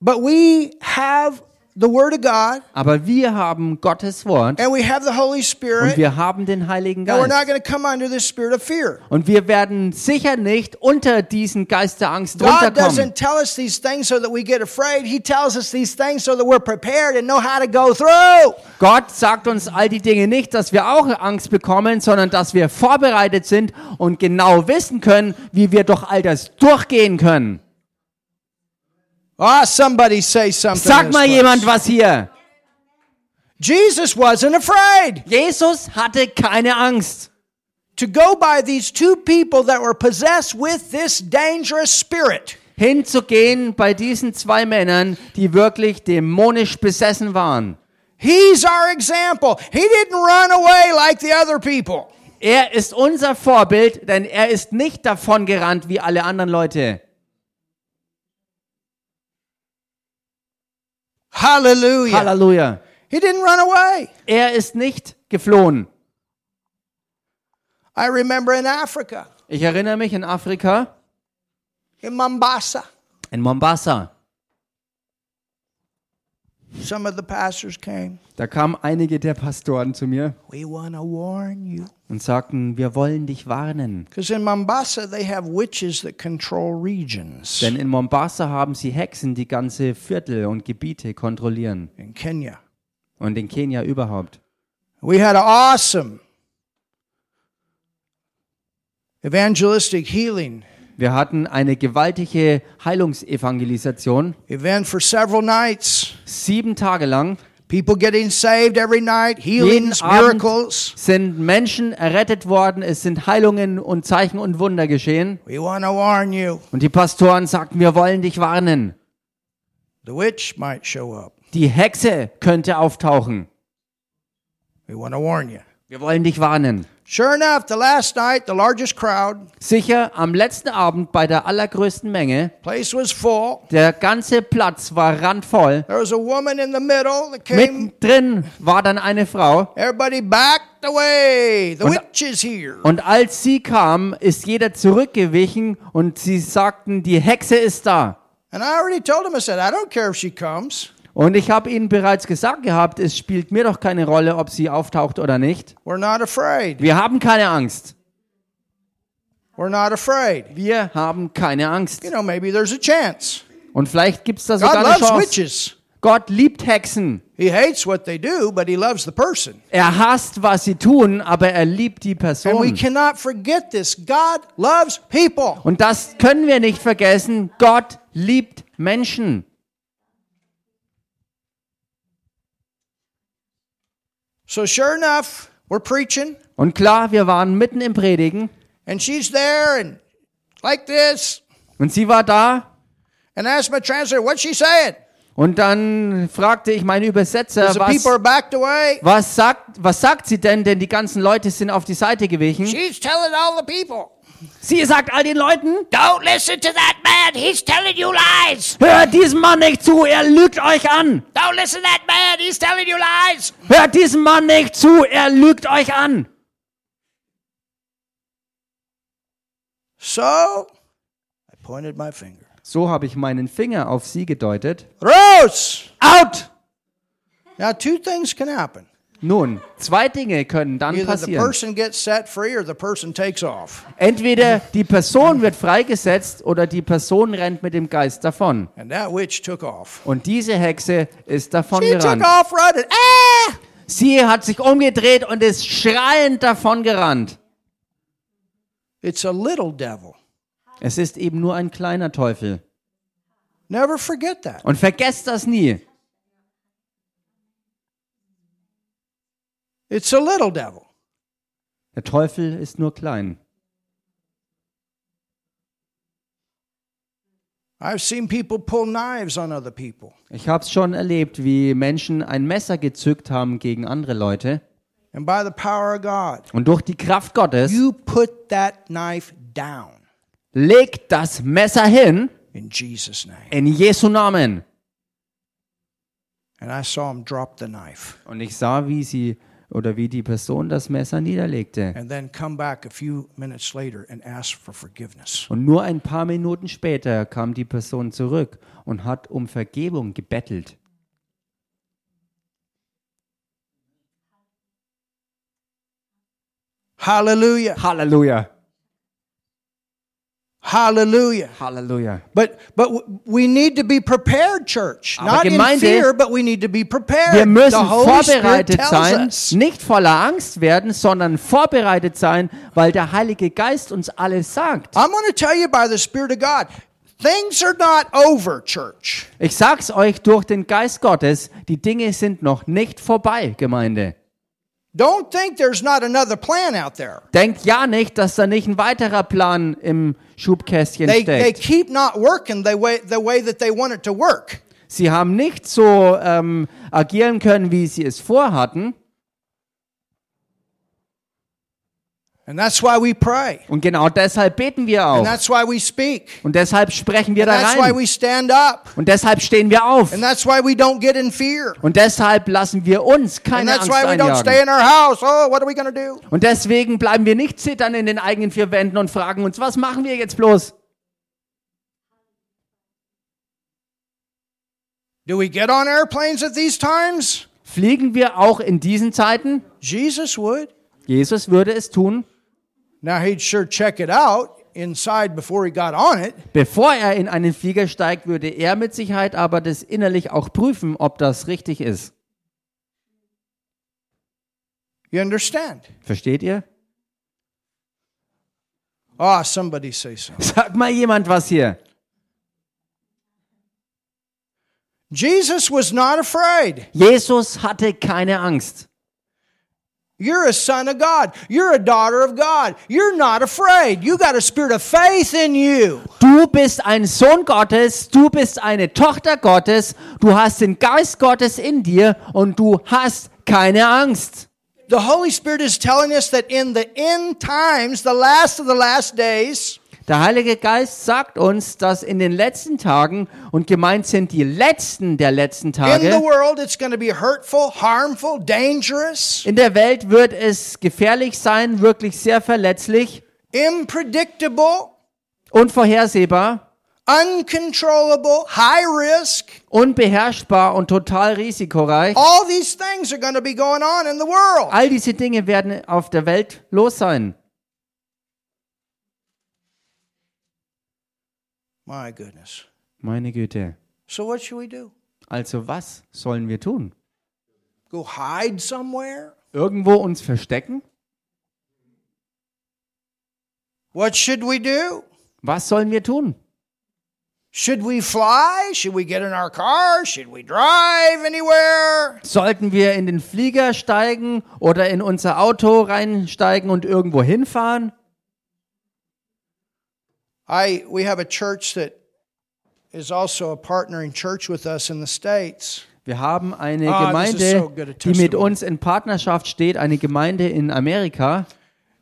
Speaker 1: But we have the word of God
Speaker 2: Aber wir haben Gottes Wort
Speaker 1: and we have the Holy
Speaker 2: und
Speaker 1: Spirit
Speaker 2: wir haben den Heiligen
Speaker 1: and we're not
Speaker 2: Geist.
Speaker 1: going to come under this spirit of fear.
Speaker 2: Und wir werden sicher nicht unter diesen Geist der Angst
Speaker 1: God
Speaker 2: runterkommen.
Speaker 1: doesn't tell us these things so that we get afraid. He tells us these things so that we're prepared and know how to go through.
Speaker 2: Gott sagt uns all die Dinge nicht, dass wir auch Angst bekommen, sondern dass wir vorbereitet sind und genau wissen können, wie wir doch all das durchgehen können.
Speaker 1: Ah, somebody say something. in
Speaker 2: Sag
Speaker 1: this
Speaker 2: mal
Speaker 1: place.
Speaker 2: jemand was hier.
Speaker 1: Jesus wasn't afraid
Speaker 2: Jesus hatte keine Angst.
Speaker 1: to go by these two people that were possessed with this dangerous spirit.
Speaker 2: hinzugehen bei diesen zwei Männern, die wirklich dämonisch besessen waren.
Speaker 1: He's our example. He didn't run away like the other people.
Speaker 2: Er ist unser Vorbild, denn er ist nicht davon gerannt wie alle anderen Leute.
Speaker 1: Hallelujah.
Speaker 2: Halleluja.
Speaker 1: He didn't run away.
Speaker 2: Er ist nicht geflohen.
Speaker 1: I remember in Africa,
Speaker 2: Ich erinnere mich in Afrika,
Speaker 1: in Mombasa,
Speaker 2: in Mombasa,
Speaker 1: some of the pastors came.
Speaker 2: da kamen einige der Pastoren zu mir
Speaker 1: We want to warn you.
Speaker 2: und sagten, wir wollen dich warnen.
Speaker 1: Because in Mombasa, they have witches that control regions.
Speaker 2: Denn in Mombasa haben sie Hexen, die ganze Viertel und Gebiete kontrollieren.
Speaker 1: in Kenya.
Speaker 2: Und in Kenia überhaupt.
Speaker 1: We had an awesome evangelistic healing
Speaker 2: Wir hatten eine gewaltige Heilungsevangelisation.
Speaker 1: event for several nights.
Speaker 2: Sieben Tage lang
Speaker 1: People getting saved every night, healings,
Speaker 2: Abend.
Speaker 1: miracles.
Speaker 2: sind Menschen errettet worden. Es sind Heilungen und Zeichen und Wunder geschehen.
Speaker 1: We want to warn you.
Speaker 2: Und die Pastoren sagten, wir wollen dich warnen.
Speaker 1: The witch might show up.
Speaker 2: Die Hexe könnte auftauchen.
Speaker 1: We want to warn you.
Speaker 2: Wir wollen dich warnen.
Speaker 1: Sure enough, the last night, the largest crowd,
Speaker 2: Sicher, am letzten Abend bei der allergrößten Menge,
Speaker 1: place was full.
Speaker 2: der ganze Platz war randvoll.
Speaker 1: There was a woman in the middle that came.
Speaker 2: Mittendrin war dann eine Frau.
Speaker 1: Everybody backed away. The witch is here.
Speaker 2: Und als sie kam, ist jeder zurückgewichen und sie sagten, die Hexe ist da.
Speaker 1: And I already told him, I said, I don't care if she comes.
Speaker 2: Und ich habe ihnen bereits gesagt gehabt, es spielt mir doch keine Rolle, ob sie auftaucht oder nicht.
Speaker 1: We're not afraid.
Speaker 2: Wir haben keine Angst.
Speaker 1: We're not afraid.
Speaker 2: Wir haben keine Angst.
Speaker 1: You know, maybe there's a chance.
Speaker 2: Und vielleicht gibt es da sogar
Speaker 1: God
Speaker 2: eine
Speaker 1: loves
Speaker 2: Chance.
Speaker 1: witches.
Speaker 2: Gott liebt Hexen.
Speaker 1: He hates what they do, but he loves the person.
Speaker 2: Er hasst, was sie tun, aber er liebt die
Speaker 1: And we
Speaker 2: Person.
Speaker 1: cannot forget this. God loves people.
Speaker 2: Und das können wir nicht vergessen. Gott liebt Menschen.
Speaker 1: So sure enough, we're preaching,
Speaker 2: Und klar, wir waren mitten im Predigen
Speaker 1: and she's there and like this.
Speaker 2: und sie war da
Speaker 1: And I asked my translator, what's she saying?
Speaker 2: Und dann fragte ich meinen Übersetzer,
Speaker 1: The people
Speaker 2: was,
Speaker 1: are backed away.
Speaker 2: was, sagt, was sagt sie denn? Denn die ganzen Leute sind auf die Seite gewichen.
Speaker 1: She's telling all the people,
Speaker 2: Sie sagt all den Leuten,
Speaker 3: Don't listen to that man. He's telling you lies.
Speaker 2: hört diesem Mann nicht zu, er lügt euch an.
Speaker 3: Don't listen to that man. He's telling you lies.
Speaker 2: Hört diesem Mann nicht zu, er lügt euch an.
Speaker 1: so I pointed my finger.
Speaker 2: So habe ich meinen Finger auf sie gedeutet.
Speaker 1: Rose!
Speaker 2: Out!
Speaker 1: Now, two things can happen.
Speaker 2: Nun, zwei Dinge können dann
Speaker 1: Either the
Speaker 2: passieren.
Speaker 1: person gets set free or the person takes off.
Speaker 2: Entweder die Person wird freigesetzt oder die Person rennt mit dem Geist davon.
Speaker 1: And that witch took off.
Speaker 2: Und diese Hexe ist davon
Speaker 1: He took
Speaker 2: gerannt.
Speaker 1: off running. Ah!
Speaker 2: Sie hat sich umgedreht und ist schreiend davongerannt.
Speaker 1: It's a little devil.
Speaker 2: Es ist eben nur ein kleiner Teufel.
Speaker 1: Never forget that.
Speaker 2: Und vergesst das nie.
Speaker 1: It's a little devil.
Speaker 2: Der Teufel ist nur klein.
Speaker 1: I've seen people pull knives on other people,
Speaker 2: Ich habe es schon erlebt, wie Menschen ein Messer gezückt haben gegen andere Leute.
Speaker 1: and by the power of God,
Speaker 2: Und durch die Kraft Gottes
Speaker 1: you put that knife down
Speaker 2: legt das Messer hin
Speaker 1: in Jesus' name.
Speaker 2: in Jesu Namen.
Speaker 1: And I saw him drop the knife
Speaker 2: Und ich sah, wie sie oder wie die Person das Messer niederlegte.
Speaker 1: and then come back a few minutes later and ask for forgiveness.
Speaker 2: Und nur ein paar Minuten später kam die Person zurück und hat um Vergebung gebettelt.
Speaker 1: Hallelujah.
Speaker 2: Halleluja.
Speaker 1: Hallelujah.
Speaker 2: Halleluja.
Speaker 1: But but w- we need to be prepared, church.
Speaker 2: Aber
Speaker 1: Not in
Speaker 2: Gemeinde,
Speaker 1: fear, but we need to be prepared.
Speaker 2: Wir
Speaker 1: the
Speaker 2: müssen
Speaker 1: Äh, Holy Spirit
Speaker 2: vorbereitet
Speaker 1: tells
Speaker 2: sein,
Speaker 1: us.
Speaker 2: nicht voller Angst werden, sondern vorbereitet sein, weil der Heilige Geist uns alles sagt.
Speaker 1: I'm going to tell you by the Spirit of God, things are not over, church.
Speaker 2: Ich sag's euch durch den Geist Gottes, die Dinge sind noch nicht vorbei, Gemeinde.
Speaker 1: Don't think there's not another plan out there.
Speaker 2: Denkt ja nicht, dass da nicht ein weiterer Plan im Schubkästchen
Speaker 1: They, they
Speaker 2: steckt.
Speaker 1: keep not working the way, the way that they want it to work.
Speaker 2: Sie haben nicht so ähm, agieren können, wie sie es vorhatten.
Speaker 1: And that's why we pray.
Speaker 2: Und genau deshalb beten wir
Speaker 1: And
Speaker 2: auch.
Speaker 1: that's why we speak.
Speaker 2: Und deshalb sprechen wir da
Speaker 1: That's why
Speaker 2: rein.
Speaker 1: we stand up.
Speaker 2: Und deshalb stehen wir auf.
Speaker 1: And that's why we don't get in fear.
Speaker 2: Und deshalb lassen wir uns
Speaker 1: And
Speaker 2: keine
Speaker 1: that's
Speaker 2: Angst
Speaker 1: why we don't stay
Speaker 2: einjagen.
Speaker 1: in our house. Oh, what are we going to do?
Speaker 2: Und deswegen bleiben wir nicht zittern in den eigenen vier Wänden und fragen uns, was machen wir jetzt bloß?
Speaker 1: Do we get on airplanes at these times?
Speaker 2: Fliegen wir auch in diesen Zeiten?
Speaker 1: Jesus would.
Speaker 2: Jesus würde es tun,
Speaker 1: Now he'd sure check it out inside before he got on it.
Speaker 2: Bevor er in einen Flieger steigt, würde er mit Sicherheit aber das innerlich auch prüfen, ob das richtig ist.
Speaker 1: You understand?
Speaker 2: Versteht ihr?
Speaker 1: Ah, somebody say something.
Speaker 2: Sag mal jemand was hier.
Speaker 1: Jesus was not afraid.
Speaker 2: Jesus hatte keine Angst.
Speaker 1: You're a son of God. You're a daughter of God. You're not afraid. You got a spirit of faith in you.
Speaker 2: Du bist ein Sohn Gottes, du bist eine Tochter Gottes, du hast den Geist Gottes in dir und du hast keine Angst.
Speaker 1: The Holy Spirit is telling us that in the end times, the last of the last days,
Speaker 2: Der Heilige Geist sagt uns, dass in den letzten Tagen, und gemeint sind die letzten der letzten
Speaker 1: in the
Speaker 2: Tage,
Speaker 1: world, it's going to be hurtful, harmful, dangerous,
Speaker 2: in der Welt wird es gefährlich sein, wirklich sehr verletzlich.
Speaker 1: unpredictable,
Speaker 2: unvorhersehbar,
Speaker 1: uncontrollable, high risk.
Speaker 2: unbeherrschbar und total risikoreich.
Speaker 1: All these things are going to be going on in the world.
Speaker 2: All diese Dinge werden auf der Welt los sein.
Speaker 1: My goodness.
Speaker 2: Meine Güte.
Speaker 1: So, what should we do?
Speaker 2: Also was sollen wir tun?
Speaker 1: Go hide somewhere?
Speaker 2: Irgendwo uns verstecken?
Speaker 1: What should we do?
Speaker 2: Was sollen wir tun?
Speaker 1: Should we fly? Should we get in our car? Should we drive anywhere?
Speaker 2: Sollten wir in den Flieger steigen oder in unser Auto reinsteigen und irgendwo hinfahren?
Speaker 1: I we have a church that is also a partnering church with us in the states.
Speaker 2: Wir haben eine
Speaker 1: Ah, this is so
Speaker 2: Gemeinde,
Speaker 1: good a
Speaker 2: die mit
Speaker 1: testimony.
Speaker 2: uns in Partnerschaft steht, eine Gemeinde in Amerika.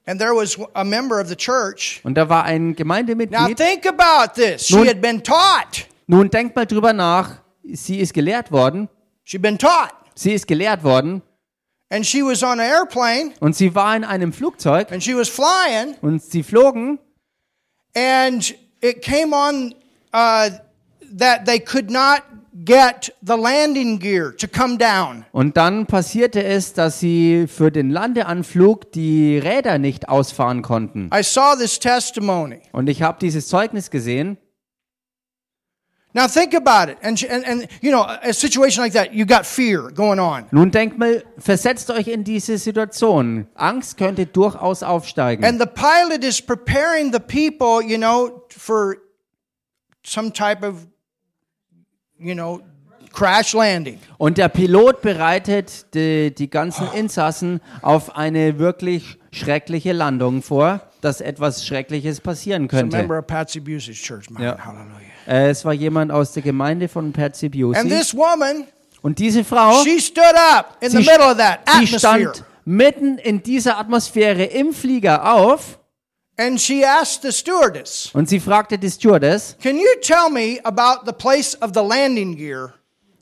Speaker 1: And there was a member of the church.
Speaker 2: Und da war ein
Speaker 1: Now
Speaker 2: Gemeindemitglied.
Speaker 1: think about this. She
Speaker 2: Nun-
Speaker 1: had been taught.
Speaker 2: Nun denkt mal drüber nach. Sie ist gelehrt worden.
Speaker 1: She'd been taught.
Speaker 2: Sie ist gelehrt worden
Speaker 1: And she was on an airplane
Speaker 2: und sie war in einem Flugzeug
Speaker 1: and she was flying
Speaker 2: und sie flogen
Speaker 1: and it came on uh, that they could not get the landing gear to come down.
Speaker 2: und dann passierte es, dass sie für den Landeanflug die Räder nicht ausfahren konnten.
Speaker 1: I saw this testimony.
Speaker 2: Und ich habe dieses Zeugnis gesehen.
Speaker 1: Now think about it, and and, and you know a situation like that, you got fear going on,
Speaker 2: Nun denkt mal, versetzt euch in diese Situation. Angst könnte durchaus aufsteigen.
Speaker 1: and the pilot is preparing the people, you know, for some type of, you know, crash landing.
Speaker 2: Und der Pilot bereitet die, die ganzen Insassen auf eine wirklich schreckliche Landung vor, dass etwas Schreckliches passieren könnte.
Speaker 1: Remember a Patsy Buse's church, man,
Speaker 2: Yeah.
Speaker 1: hallelujah.
Speaker 2: Äh, Es war jemand aus der Gemeinde von Patsy
Speaker 1: And
Speaker 2: Busey.
Speaker 1: this woman,
Speaker 2: Und diese Frau,
Speaker 1: she stood up in the
Speaker 2: sie,
Speaker 1: middle of that
Speaker 2: sie
Speaker 1: atmosphere,
Speaker 2: stand mitten in dieser Atmosphäre im Flieger auf
Speaker 1: and she asked the stewardess,
Speaker 2: und sie fragte die Stewardess,
Speaker 1: "Can you tell me about the place of the landing gear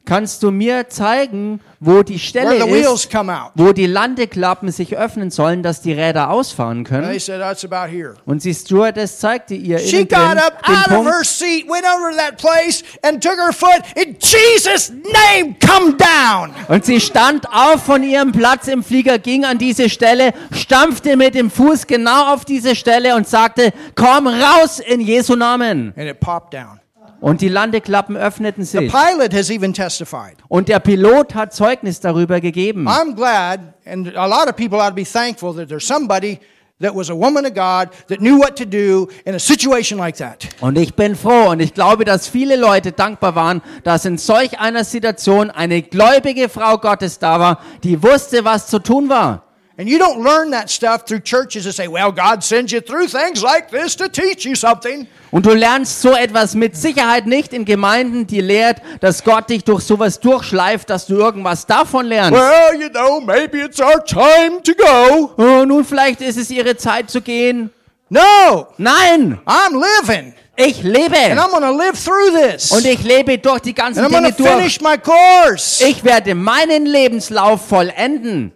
Speaker 2: kannst du mir zeigen, wo die
Speaker 1: where the
Speaker 2: Stelle
Speaker 1: wheels
Speaker 2: ist,
Speaker 1: come out?"
Speaker 2: wo die Landeklappen sich öffnen sollen, dass die Räder ausfahren
Speaker 1: And they
Speaker 2: können?
Speaker 1: said, "That's about here."
Speaker 2: Und die Stewardess zeigte ihr
Speaker 1: She
Speaker 2: innen
Speaker 1: got
Speaker 2: drin
Speaker 1: up
Speaker 2: den
Speaker 1: out of her
Speaker 2: Punkt
Speaker 1: seat, went over to that place, and took her foot. In Jesus' name, come down.
Speaker 2: und sie stand auf von ihrem Platz im Flieger, ging an diese Stelle, stampfte mit dem Fuß genau auf diese Stelle und sagte, komm raus in Jesu Namen.
Speaker 1: And it popped down.
Speaker 2: Und die Landeklappen öffneten sich.
Speaker 1: Pilate has even testified.
Speaker 2: Und der Pilot hat Zeugnis darüber gegeben.
Speaker 1: I'm glad, and a lot of people ought to be thankful that there's somebody that was a woman of God that knew what to do in a situation like that.
Speaker 2: Und ich bin froh und ich glaube, dass viele Leute dankbar waren, dass in solch einer Situation eine gläubige Frau Gottes da war, die wusste, was zu tun war.
Speaker 1: And And you don't learn that stuff through churches that say, well, God sends you through things like this to teach you something.
Speaker 2: Und du lernst so etwas mit Sicherheit nicht in Gemeinden, die lehrt, dass Gott dich durch sowas durchschleift, dass du irgendwas davon lernst.
Speaker 1: Well, you know, maybe it's our time to go.
Speaker 2: Oh, nun vielleicht ist es ihre Zeit zu gehen.
Speaker 1: No,
Speaker 2: Nein,
Speaker 1: I'm living.
Speaker 2: ich
Speaker 1: And
Speaker 2: lebe
Speaker 1: I'm going to live through this.
Speaker 2: und
Speaker 1: And
Speaker 2: ich lebe durch die ganzen
Speaker 1: I'm going
Speaker 2: Dinge
Speaker 1: to
Speaker 2: durch.
Speaker 1: Genau, finish my course.
Speaker 2: Ich werde meinen Lebenslauf vollenden.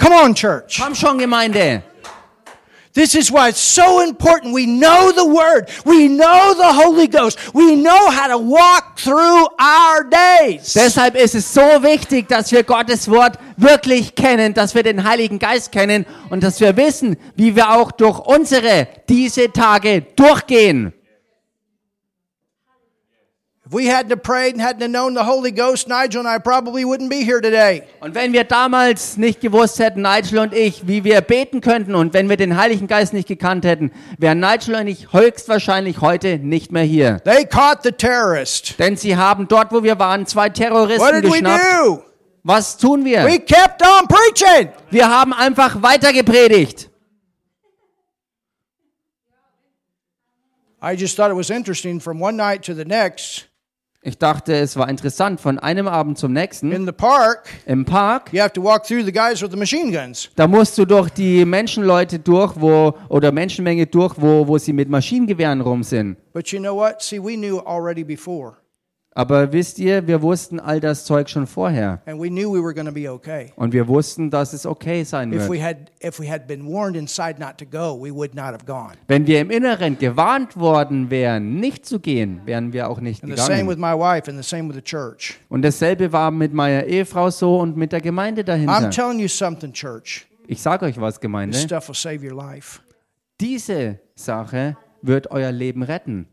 Speaker 1: Come on, church.
Speaker 2: Komm schon, Gemeinde.
Speaker 1: This is why it's so important. We know the Word. We know the Holy Ghost. We know how to walk through our days.
Speaker 2: Deshalb ist es so wichtig, dass wir Gottes Wort wirklich kennen, dass wir den Heiligen Geist kennen und dass wir wissen, wie wir auch durch unsere diese Tage durchgehen.
Speaker 1: if we hadn't have prayed and hadn't have known the Holy Ghost, Nigel and I probably wouldn't be here today.
Speaker 2: Und wenn wir damals nicht gewusst hätten, Nigel und ich, wie wir beten könnten und wenn wir den Heiligen Geist nicht gekannt hätten, wären Nigel und ich höchstwahrscheinlich heute nicht mehr hier.
Speaker 1: They caught the terrorist.
Speaker 2: Denn sie haben dort, wo wir waren, zwei
Speaker 1: What
Speaker 2: Terroristen
Speaker 1: did we
Speaker 2: geschnappt.
Speaker 1: do?
Speaker 2: Was tun
Speaker 1: We
Speaker 2: wir?
Speaker 1: kept on preaching.
Speaker 2: Wir haben einfach weiter gepredigt.
Speaker 1: I just thought it was interesting from one night to the next
Speaker 2: Ich dachte, es war interessant, von einem Abend zum nächsten
Speaker 1: in the park,
Speaker 2: im Park,
Speaker 1: you have to walk through the guys with the machine guns.
Speaker 2: da musst du durch die Menschenleute durch, wo, oder Menschenmenge durch, wo, wo sie mit Maschinengewehren rum sind.
Speaker 1: But you know what? See, we knew already before,
Speaker 2: Aber wisst ihr, wir wussten all das Zeug schon vorher.
Speaker 1: and we knew we were going to be okay.
Speaker 2: Und wir wussten, dass es okay sein
Speaker 1: If
Speaker 2: wird.
Speaker 1: we had if we had been warned inside not to go, we would not have gone.
Speaker 2: Wenn wir im Inneren gewarnt worden wären, nicht zu gehen, wären wir auch nicht
Speaker 1: The same
Speaker 2: gegangen.
Speaker 1: with my wife and the same with the church.
Speaker 2: Und dasselbe war mit meiner Ehefrau so und mit der Gemeinde
Speaker 1: I'm
Speaker 2: dahinter.
Speaker 1: telling you something, church.
Speaker 2: Ich sage euch was,
Speaker 1: This
Speaker 2: Gemeinde.
Speaker 1: stuff will save your life.
Speaker 2: Diese Sache wird euer Leben retten.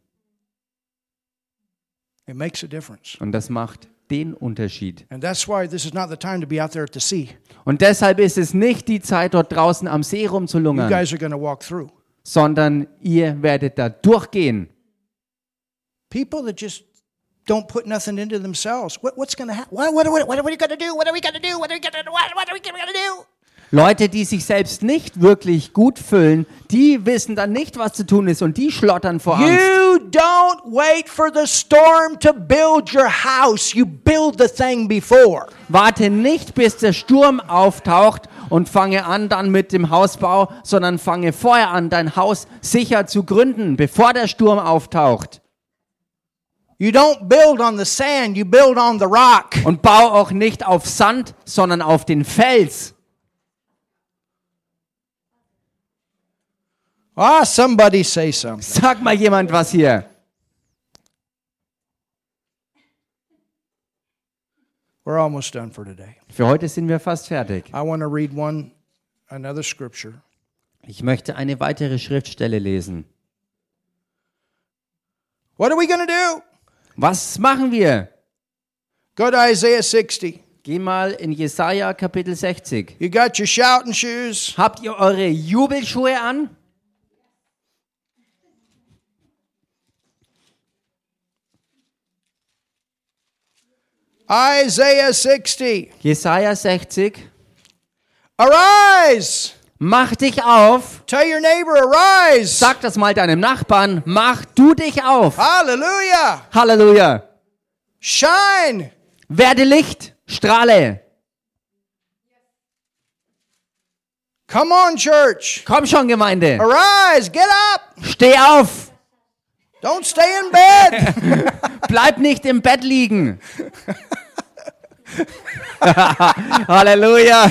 Speaker 1: It makes a difference.
Speaker 2: Und das macht den Unterschied.
Speaker 1: And that's why this is not the time to be out there at the sea.
Speaker 2: Und deshalb ist es nicht die Zeit, dort draußen am See
Speaker 1: You
Speaker 2: rumzulungern,
Speaker 1: guys are going to walk through.
Speaker 2: sondern ihr werdet da durchgehen.
Speaker 1: People that just don't put nothing into themselves. What, what's going to happen? What, what, what,
Speaker 3: What are we gonna do? What are we gonna do? What are we gonna do? What, what are we gonna do?
Speaker 2: Leute, die sich selbst nicht wirklich gut füllen, die wissen dann nicht, was zu tun ist und die schlottern vor Angst.
Speaker 1: you don't wait for the storm to build your house. You build the thing before.
Speaker 2: Warte nicht, bis der Sturm auftaucht und fange an dann mit dem Hausbau, sondern fange vorher an, dein Haus sicher zu gründen, bevor der Sturm auftaucht.
Speaker 1: You don't build on the sand, you build on the rock.
Speaker 2: Und bau auch nicht auf Sand, sondern auf den Fels.
Speaker 1: Ah, somebody say something.
Speaker 2: Sag mal jemand was hier.
Speaker 1: We're almost done for today.
Speaker 2: Für heute sind wir fast fertig.
Speaker 1: I want to read one another scripture.
Speaker 2: Ich möchte eine weitere Schriftstelle lesen.
Speaker 1: What are we going to do?
Speaker 2: Was machen wir?
Speaker 1: Go to Isaiah 60.
Speaker 2: Geh mal in Jesaja Kapitel 60.
Speaker 1: You got your shouting shoes.
Speaker 2: Habt ihr eure Jubelschuhe an?
Speaker 1: Isaiah 60.
Speaker 2: Jesaja 60.
Speaker 1: Arise!
Speaker 2: Mach dich auf.
Speaker 1: Tell your neighbor, arise!
Speaker 2: Sag das mal deinem Nachbarn. Mach du dich auf.
Speaker 1: Hallelujah!
Speaker 2: Halleluja.
Speaker 1: Shine!
Speaker 2: Werde Licht. Strahle.
Speaker 1: Come on, church!
Speaker 2: Komm schon, Gemeinde.
Speaker 1: Arise! Get up!
Speaker 2: Steh auf.
Speaker 1: Don't stay in bed!
Speaker 2: Bleib nicht im Bett liegen. Halleluja.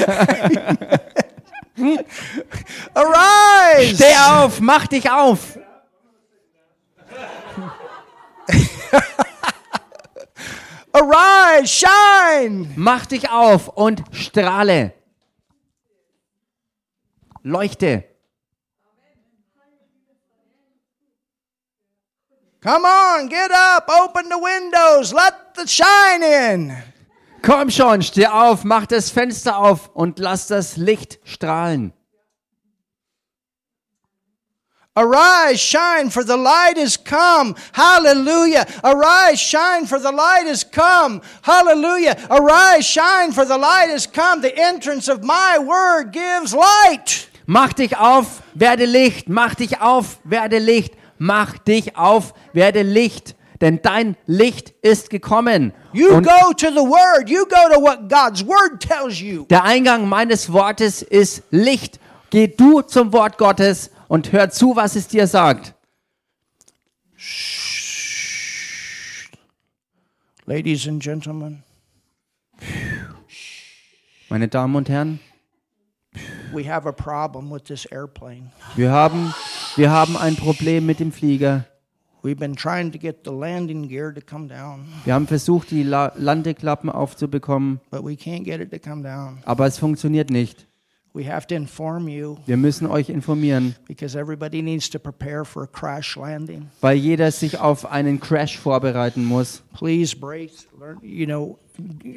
Speaker 1: Arise!
Speaker 2: Steh auf. Mach dich auf.
Speaker 1: Arise! Shine!
Speaker 2: Mach dich auf und strahle. Leuchte.
Speaker 1: Come on, get up, open the windows, let the shine in.
Speaker 2: Komm schon, steh auf, mach das Fenster auf und lass das Licht strahlen.
Speaker 1: Arise, shine, for the light is come. Hallelujah. Arise, shine, for the light is come. Hallelujah. Arise, shine, for the light is come. The entrance of my word gives light.
Speaker 2: Mach dich auf, werde Licht, mach dich auf, werde Licht, mach dich auf, werde Licht, denn dein Licht ist gekommen.
Speaker 1: You
Speaker 2: Und
Speaker 1: go to the word. You go to what God's word tells you.
Speaker 2: der Eingang meines Wortes ist Licht. Geh du zum Wort Gottes und hör zu, was es dir sagt.
Speaker 1: Ladies and gentlemen,
Speaker 2: Meine Damen und Herren,
Speaker 1: we have a problem with this airplane.
Speaker 2: wir haben, wir haben ein Problem mit dem Flieger.
Speaker 1: We've been trying to get the landing gear to come down,
Speaker 2: Wir haben versucht, die La Landeklappen aufzubekommen,
Speaker 1: but we can't get it to come down.
Speaker 2: aber es funktioniert nicht.
Speaker 1: We have to inform you
Speaker 2: Wir müssen euch informieren,
Speaker 1: because everybody needs to prepare for a crash landing.
Speaker 2: weil jeder sich auf einen Crash vorbereiten muss.
Speaker 1: Please brace, learn, you know,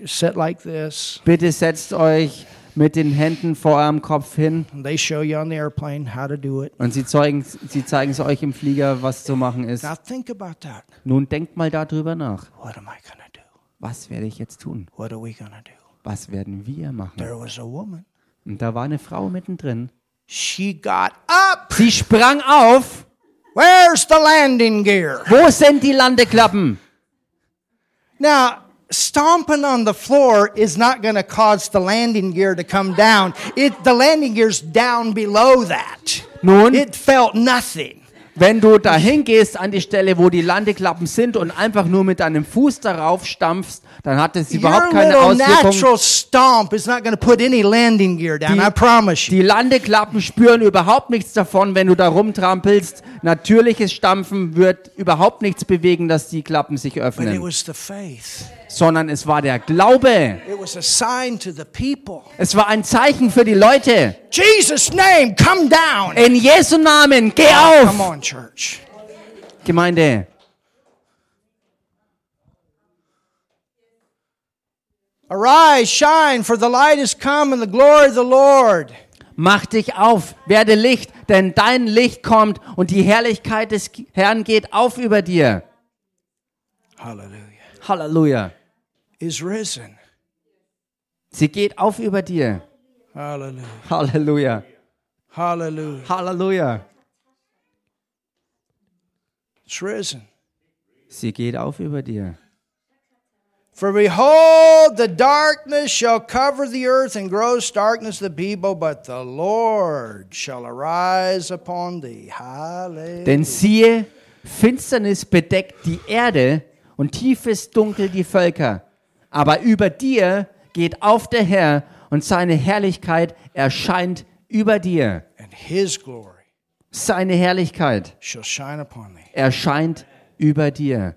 Speaker 1: sit like this.
Speaker 2: Bitte setzt euch mit den Händen vor eurem Kopf hin
Speaker 1: And they show you on the airplane how to do it.
Speaker 2: und sie, zeugen, sie zeigen es euch im Flieger, was zu machen ist.
Speaker 1: Now think about that.
Speaker 2: Nun denkt mal darüber nach.
Speaker 1: What am I going to do?
Speaker 2: Was werde ich jetzt tun?
Speaker 1: What are we going to do?
Speaker 2: Was werden wir machen?
Speaker 1: There was a woman.
Speaker 2: Und da war eine Frau mittendrin.
Speaker 1: She got up.
Speaker 2: Sie sprang auf.
Speaker 1: Where's the landing gear?
Speaker 2: Wo sind die Landeklappen?
Speaker 1: Now, stomping on the floor is not going to cause the landing gear to come down. It, the landing gear's down below that.
Speaker 2: Nun?
Speaker 1: It felt nothing.
Speaker 2: Wenn du dahin gehst an die Stelle, wo die Landeklappen sind und einfach nur mit deinem Fuß darauf stampfst, dann hat es überhaupt
Speaker 1: Your
Speaker 2: keine
Speaker 1: little
Speaker 2: Auswirkung.
Speaker 1: natural stomp is not going to put any landing gear down,
Speaker 2: Die-
Speaker 1: I promise you.
Speaker 2: Die Landeklappen spüren überhaupt nichts davon, wenn du da rumtrampelst. Natürliches Stampfen wird überhaupt nichts bewegen, dass die Klappen sich
Speaker 1: But it
Speaker 2: öffnen,
Speaker 1: was the faith.
Speaker 2: sondern es war der Glaube.
Speaker 1: It was a sign to the people.
Speaker 2: Es war ein Zeichen für die Leute.
Speaker 1: Jesus' name, come down.
Speaker 2: In Jesu Namen, geh
Speaker 1: Come
Speaker 2: auf,
Speaker 1: on, church.
Speaker 2: Gemeinde.
Speaker 1: Arise, shine, for the light is come, and the glory of the Lord.
Speaker 2: Mach dich auf, werde Licht, denn dein Licht kommt und die Herrlichkeit des Herrn geht auf über dir.
Speaker 1: Hallelujah.
Speaker 2: Halleluja.
Speaker 1: Is risen.
Speaker 2: Sie geht auf über dir.
Speaker 1: Hallelujah.
Speaker 2: Halleluja.
Speaker 1: Hallelujah.
Speaker 2: Halleluja.
Speaker 1: It's risen.
Speaker 2: Sie geht auf über dir.
Speaker 1: For behold, the darkness shall cover the earth and gross darkness the people, but the Lord shall arise upon thee. Hallelujah.
Speaker 2: Denn siehe, Finsternis bedeckt die Erde und tiefes Dunkel die Völker. Aber über dir geht auf der Herr und seine Herrlichkeit erscheint über dir.
Speaker 1: And his glory
Speaker 2: Seine Herrlichkeit
Speaker 1: shall shine upon thee.
Speaker 2: erscheint über dir.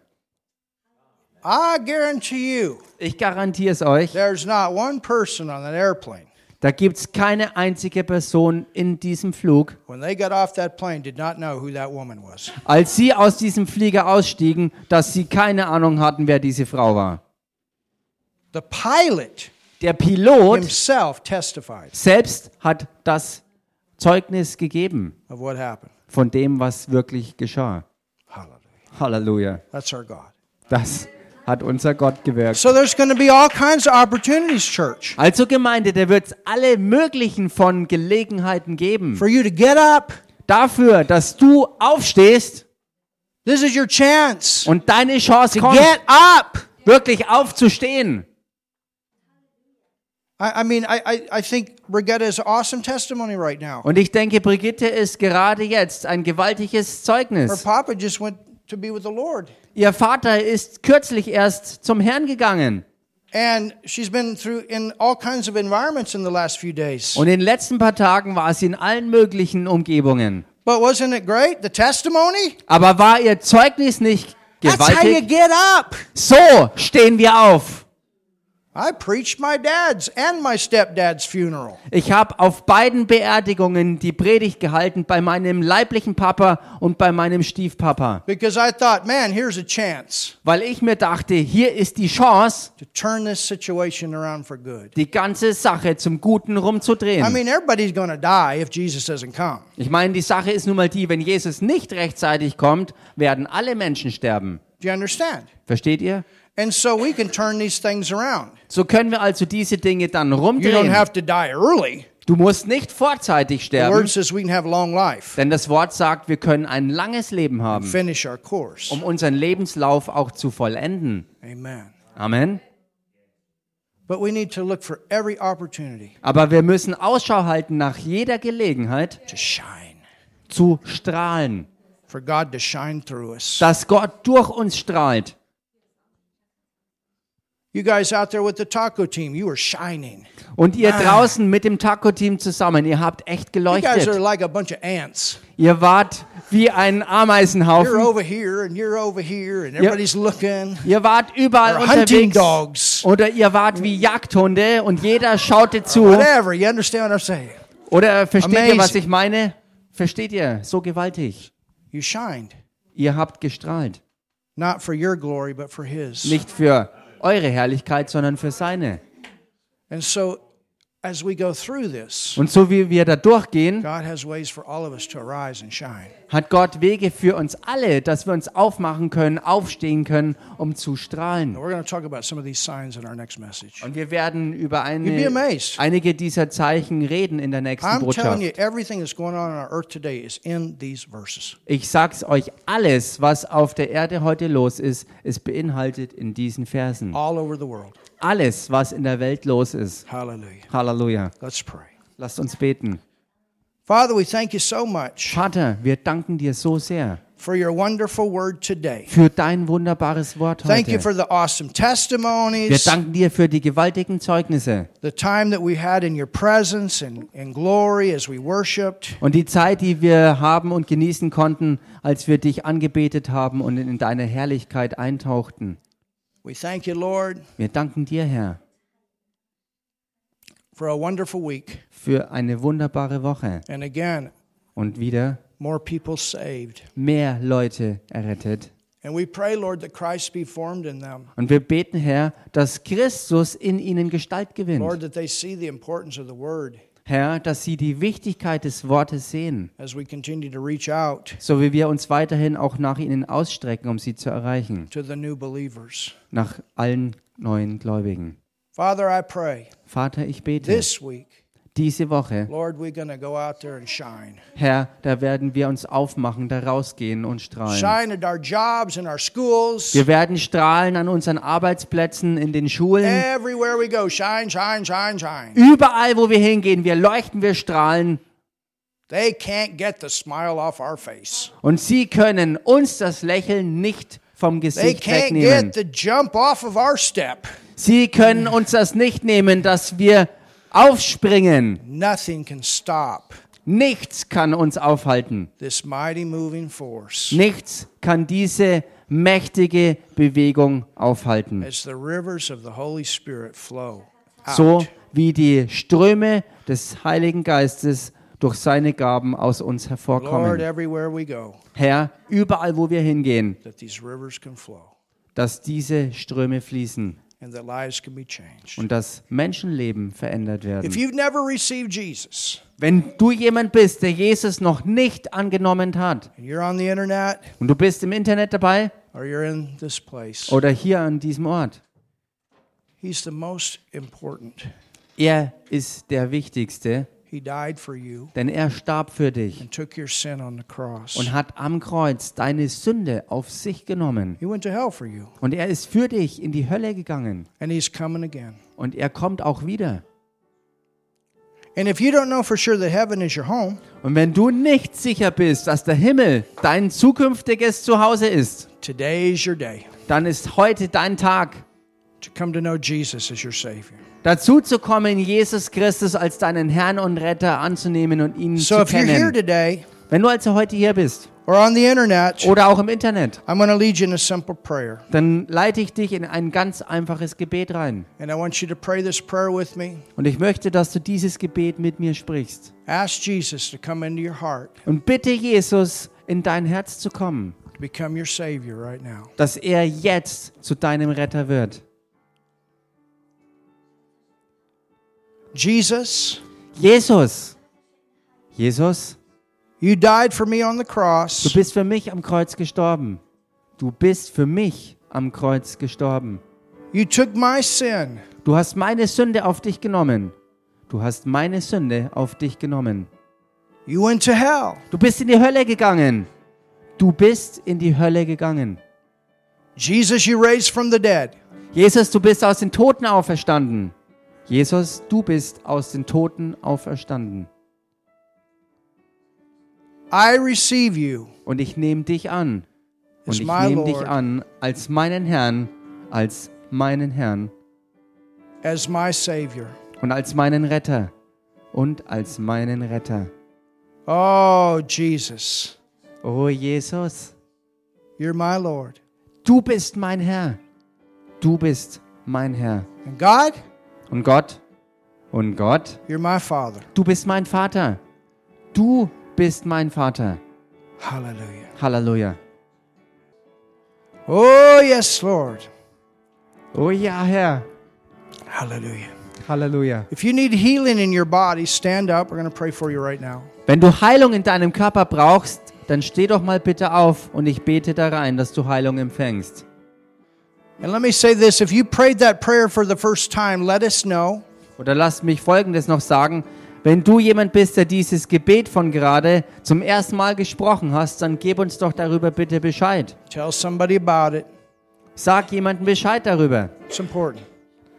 Speaker 1: I guarantee you,
Speaker 2: Ich garantiere es euch,
Speaker 1: there's not one person on that airplane
Speaker 2: da gibt es keine einzige Person in diesem Flug.
Speaker 1: when they got off that plane did not know who that woman was.
Speaker 2: als sie aus diesem Flieger ausstiegen, dass sie keine Ahnung hatten, wer diese Frau war.
Speaker 1: The pilot
Speaker 2: Der Pilot
Speaker 1: himself testified
Speaker 2: selbst hat das Zeugnis gegeben
Speaker 1: of what happened.
Speaker 2: von dem, was wirklich geschah.
Speaker 1: Hallelujah.
Speaker 2: Halleluja.
Speaker 1: That's our God.
Speaker 2: Das hat unser Gott gewirkt.
Speaker 1: So there's going to be all kinds of opportunities, church,
Speaker 2: Also Gemeinde, der wird es alle möglichen von Gelegenheiten geben.
Speaker 1: for you to get up.
Speaker 2: Dafür, dass du aufstehst
Speaker 1: This is your chance.
Speaker 2: und deine Chance kommt,
Speaker 1: Get up.
Speaker 2: wirklich aufzustehen.
Speaker 1: I, I mean, I, I, I think Brigetta is an awesome testimony right now.
Speaker 2: Und ich denke, Brigitte ist gerade jetzt ein gewaltiges
Speaker 1: Her
Speaker 2: Zeugnis.
Speaker 1: papa just went to be with the Lord,
Speaker 2: Ihr Vater ist kürzlich erst zum Herrn gegangen.
Speaker 1: and she's been through in all kinds of environments in the last few days.
Speaker 2: Und in den letzten paar Tagen war sie in allen möglichen Umgebungen.
Speaker 1: But wasn't it great? The testimony.
Speaker 2: Aber war ihr Zeugnis nicht
Speaker 1: That's how you
Speaker 2: gewaltig?
Speaker 1: get up.
Speaker 2: So stehen wir auf.
Speaker 1: I preached my dad's and my stepdad's funeral.
Speaker 2: Ich habe auf beiden Beerdigungen die Predigt gehalten, bei meinem leiblichen Papa und bei meinem Stiefpapa,
Speaker 1: Because I thought, man, here's a chance
Speaker 2: weil ich mir dachte, hier ist die Chance,
Speaker 1: to turn this situation around for good.
Speaker 2: die ganze Sache zum Guten
Speaker 1: I
Speaker 2: rumzudrehen.
Speaker 1: mean, everybody's going to die if Jesus doesn't come.
Speaker 2: Ich meine, die Sache ist nun mal die, wenn Jesus nicht rechtzeitig kommt, werden alle Menschen sterben.
Speaker 1: Do you understand?
Speaker 2: Versteht ihr?
Speaker 1: And so we can turn these things around.
Speaker 2: So können wir also diese Dinge dann
Speaker 1: You don't
Speaker 2: rumdrehen.
Speaker 1: have to die early.
Speaker 2: Du musst nicht vorzeitig
Speaker 1: The
Speaker 2: sterben,
Speaker 1: word says we can have long life,
Speaker 2: denn das Wort sagt, wir können ein langes Leben haben,
Speaker 1: finish our course.
Speaker 2: um unseren Lebenslauf auch zu vollenden.
Speaker 1: Amen.
Speaker 2: Amen.
Speaker 1: But we need to look for every opportunity
Speaker 2: Aber wir müssen Ausschau halten nach jeder Gelegenheit
Speaker 1: to shine,
Speaker 2: zu strahlen,
Speaker 1: for God to shine through us.
Speaker 2: dass Gott durch uns strahlt.
Speaker 1: You guys out there with the taco team, you are shining.
Speaker 2: Und ihr draußen mit dem Taco-Team zusammen, ihr habt echt
Speaker 1: Ah. You guys are
Speaker 2: geleuchtet.
Speaker 1: like a bunch of ants.
Speaker 2: Ihr wart wie ein
Speaker 1: You're
Speaker 2: Ameisenhaufen.
Speaker 1: over here and you're over here and everybody's looking.
Speaker 2: Ihr wart überall
Speaker 1: Or hunting
Speaker 2: unterwegs.
Speaker 1: dogs.
Speaker 2: Oder ihr wart wie Jagdhunde und jeder schaute zu.
Speaker 1: Whatever. You understand what I'm saying?
Speaker 2: Oder versteht ihr, was
Speaker 1: Amazing.
Speaker 2: ich meine? Versteht ihr? So gewaltig.
Speaker 1: You shined.
Speaker 2: Ihr habt gestrahlt.
Speaker 1: Not for your glory, but for his.
Speaker 2: Nicht für eure Herrlichkeit, sondern für seine.
Speaker 1: And so as we go through this,
Speaker 2: Und so wie wir da durchgehen,
Speaker 1: God has ways for all of us to arise and shine.
Speaker 2: hat Gott Wege für uns alle, dass wir uns aufmachen können, aufstehen können, um zu strahlen.
Speaker 1: And we're going to talk about some of these signs in our next message.
Speaker 2: Und wir werden über
Speaker 1: You'd be
Speaker 2: eine,
Speaker 1: amazed.
Speaker 2: einige dieser Zeichen reden in der nächsten
Speaker 1: I'm telling you,
Speaker 2: Botschaft.
Speaker 1: everything that's going on on our earth today is in these verses.
Speaker 2: Ich sag's euch, alles, was auf der Erde heute los ist, ist beinhaltet in diesen Versen.
Speaker 1: all over the world.
Speaker 2: Alles, was in der Welt los ist.
Speaker 1: Hallelujah.
Speaker 2: Halleluja.
Speaker 1: Let's pray.
Speaker 2: Lasst uns beten.
Speaker 1: Father, we thank you so much
Speaker 2: Vater, wir danken dir so sehr
Speaker 1: for your wonderful word today.
Speaker 2: für dein wunderbares Wort
Speaker 1: Thank you
Speaker 2: heute.
Speaker 1: for the awesome
Speaker 2: Wir
Speaker 1: testimonies,
Speaker 2: danken dir für die gewaltigen Zeugnisse
Speaker 1: the time that we had in your presence and, and glory as we worshiped.
Speaker 2: und die Zeit, die wir haben und genießen konnten, als wir dich angebetet haben und in deine Herrlichkeit eintauchten.
Speaker 1: We thank you, Lord,
Speaker 2: Wir danken dir, Herr,
Speaker 1: for a wonderful week.
Speaker 2: für eine wunderbare Woche
Speaker 1: And again,
Speaker 2: und wieder
Speaker 1: more people saved.
Speaker 2: mehr Leute errettet.
Speaker 1: And we pray, Lord, that Christ be formed in them.
Speaker 2: Und wir beten, Herr, dass Christus in ihnen Gestalt
Speaker 1: Lord,
Speaker 2: gewinnt.
Speaker 1: that they see the importance of the word
Speaker 2: Herr, dass sie die Wichtigkeit des Wortes sehen,
Speaker 1: as we continue to reach out
Speaker 2: so wie wir uns weiterhin auch nach ihnen ausstrecken, um sie zu erreichen,
Speaker 1: to the new believers.
Speaker 2: nach allen neuen Gläubigen.
Speaker 1: Father, I pray
Speaker 2: Vater, ich bete,
Speaker 1: this week
Speaker 2: diese Woche,
Speaker 1: Lord, we're going to go out there and shine.
Speaker 2: Herr, da werden wir uns aufmachen, da rausgehen und strahlen.
Speaker 1: Shine at our jobs and our schools.
Speaker 2: Wir werden strahlen an unseren Arbeitsplätzen, in den Schulen,
Speaker 1: Everywhere we go, shine, shine, shine, shine.
Speaker 2: überall, wo wir hingehen. Wir leuchten, wir strahlen
Speaker 1: They can't get the smile off our face.
Speaker 2: und sie können uns das Lächeln nicht vom
Speaker 1: They can't
Speaker 2: Gesicht
Speaker 1: get
Speaker 2: wegnehmen.
Speaker 1: the jump off of our step.
Speaker 2: Sie können uns das nicht nehmen, dass wir aufspringen.
Speaker 1: Nothing can stop
Speaker 2: Nichts kann uns aufhalten.
Speaker 1: this mighty moving force.
Speaker 2: Nichts kann diese mächtige Bewegung aufhalten.
Speaker 1: As the rivers of the Holy Spirit flow out.
Speaker 2: So wie die Ströme des Heiligen Geistes durch seine Gaben aus uns
Speaker 1: Lord,
Speaker 2: hervorkommen.
Speaker 1: everywhere we go,
Speaker 2: Herr, überall wo wir hingehen,
Speaker 1: that these rivers can flow
Speaker 2: dass diese Ströme fließen
Speaker 1: and that lives can be changed.
Speaker 2: und dass Menschenleben verändert
Speaker 1: If
Speaker 2: werden.
Speaker 1: you've never received Jesus
Speaker 2: Wenn du jemand bist, der Jesus noch nicht angenommen hat
Speaker 1: and you're on the internet
Speaker 2: und du bist im Internet dabei
Speaker 1: or you're in this place,
Speaker 2: oder hier an diesem Ort,
Speaker 1: He's the most important.
Speaker 2: er ist der Wichtigste,
Speaker 1: He died for you
Speaker 2: denn er starb für dich
Speaker 1: and took your sin on the cross.
Speaker 2: und hat am Kreuz deine Sünde auf sich genommen.
Speaker 1: He went to hell for you,
Speaker 2: Und er ist für dich in die Hölle gegangen.
Speaker 1: and He's coming again.
Speaker 2: Und er kommt auch wieder.
Speaker 1: And if you don't know for sure that heaven is your home,
Speaker 2: Und wenn du nicht sicher bist, dass der Himmel dein zukünftiges Zuhause ist,
Speaker 1: today is your day
Speaker 2: dann ist heute dein Tag,
Speaker 1: to come to know Jesus as your Savior.
Speaker 2: dazu zu kommen, Jesus Christus als deinen Herrn und Retter anzunehmen und ihn
Speaker 1: So
Speaker 2: zu
Speaker 1: if you're here
Speaker 2: kennen.
Speaker 1: today
Speaker 2: Wenn du also heute hier bist
Speaker 1: or on the internet,
Speaker 2: oder auch im Internet,
Speaker 1: I'm going to lead you in a simple prayer.
Speaker 2: dann leite ich dich in ein ganz einfaches Gebet rein.
Speaker 1: And I want you to pray this prayer with me.
Speaker 2: Und ich möchte, dass du dieses Gebet mit mir sprichst.
Speaker 1: Ask Jesus to come into your heart,
Speaker 2: Und bitte Jesus, in dein Herz zu kommen,
Speaker 1: to become your Savior right now.
Speaker 2: dass er jetzt zu deinem Retter wird.
Speaker 1: Jesus,
Speaker 2: Jesus, Jesus,
Speaker 1: you died for me on the
Speaker 2: du
Speaker 1: cross.
Speaker 2: bist für mich am Kreuz gestorben. Du bist für mich am Kreuz gestorben.
Speaker 1: You took my sin.
Speaker 2: Du hast meine Sünde auf dich genommen. Du hast meine Sünde auf dich genommen.
Speaker 1: You went to hell.
Speaker 2: Du bist in die Hölle gegangen. Du bist in die Hölle gegangen.
Speaker 1: Jesus, you raised from the dead.
Speaker 2: Jesus, du bist aus den Toten auferstanden. Jesus, du bist aus den Toten auferstanden.
Speaker 1: I receive you
Speaker 2: Und ich nehme dich an. Und
Speaker 1: Is
Speaker 2: ich
Speaker 1: my
Speaker 2: nehme dich
Speaker 1: Lord.
Speaker 2: an als meinen Herrn, als meinen Herrn
Speaker 1: as my Savior.
Speaker 2: und als meinen Retter und als meinen Retter.
Speaker 1: Oh, Jesus,
Speaker 2: Oh Jesus,
Speaker 1: you're my Lord.
Speaker 2: du bist mein Herr. Du bist mein Herr.
Speaker 1: And God,
Speaker 2: Und Gott, und Gott,
Speaker 1: you're my Father.
Speaker 2: du bist mein Vater. Du bist mein Vater.
Speaker 1: Hallelujah.
Speaker 2: Halleluja.
Speaker 1: Oh, yes, Lord.
Speaker 2: Oh ja, Herr.
Speaker 1: Hallelujah.
Speaker 2: Halleluja.
Speaker 1: If you need healing in your body, stand up. We're going to pray for you right now.
Speaker 2: Wenn du Heilung in deinem Körper brauchst, dann steh doch mal bitte auf und ich bete da rein, dass du Heilung empfängst.
Speaker 1: And let me say this if you prayed that prayer for the first time, let us know.
Speaker 2: Oder lass mich Folgendes noch sagen. Wenn du jemand bist, der dieses Gebet von gerade zum ersten Mal gesprochen hast, dann gib uns doch darüber bitte Bescheid.
Speaker 1: Tell somebody about it.
Speaker 2: Sag jemandem Bescheid darüber.
Speaker 1: It's important.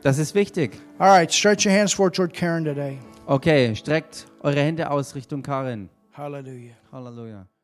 Speaker 2: Das ist wichtig.
Speaker 1: All right, stretch your hands forward toward Karen today.
Speaker 2: Okay, streckt eure Hände aus Richtung Karin.
Speaker 1: Hallelujah.
Speaker 2: Halleluja.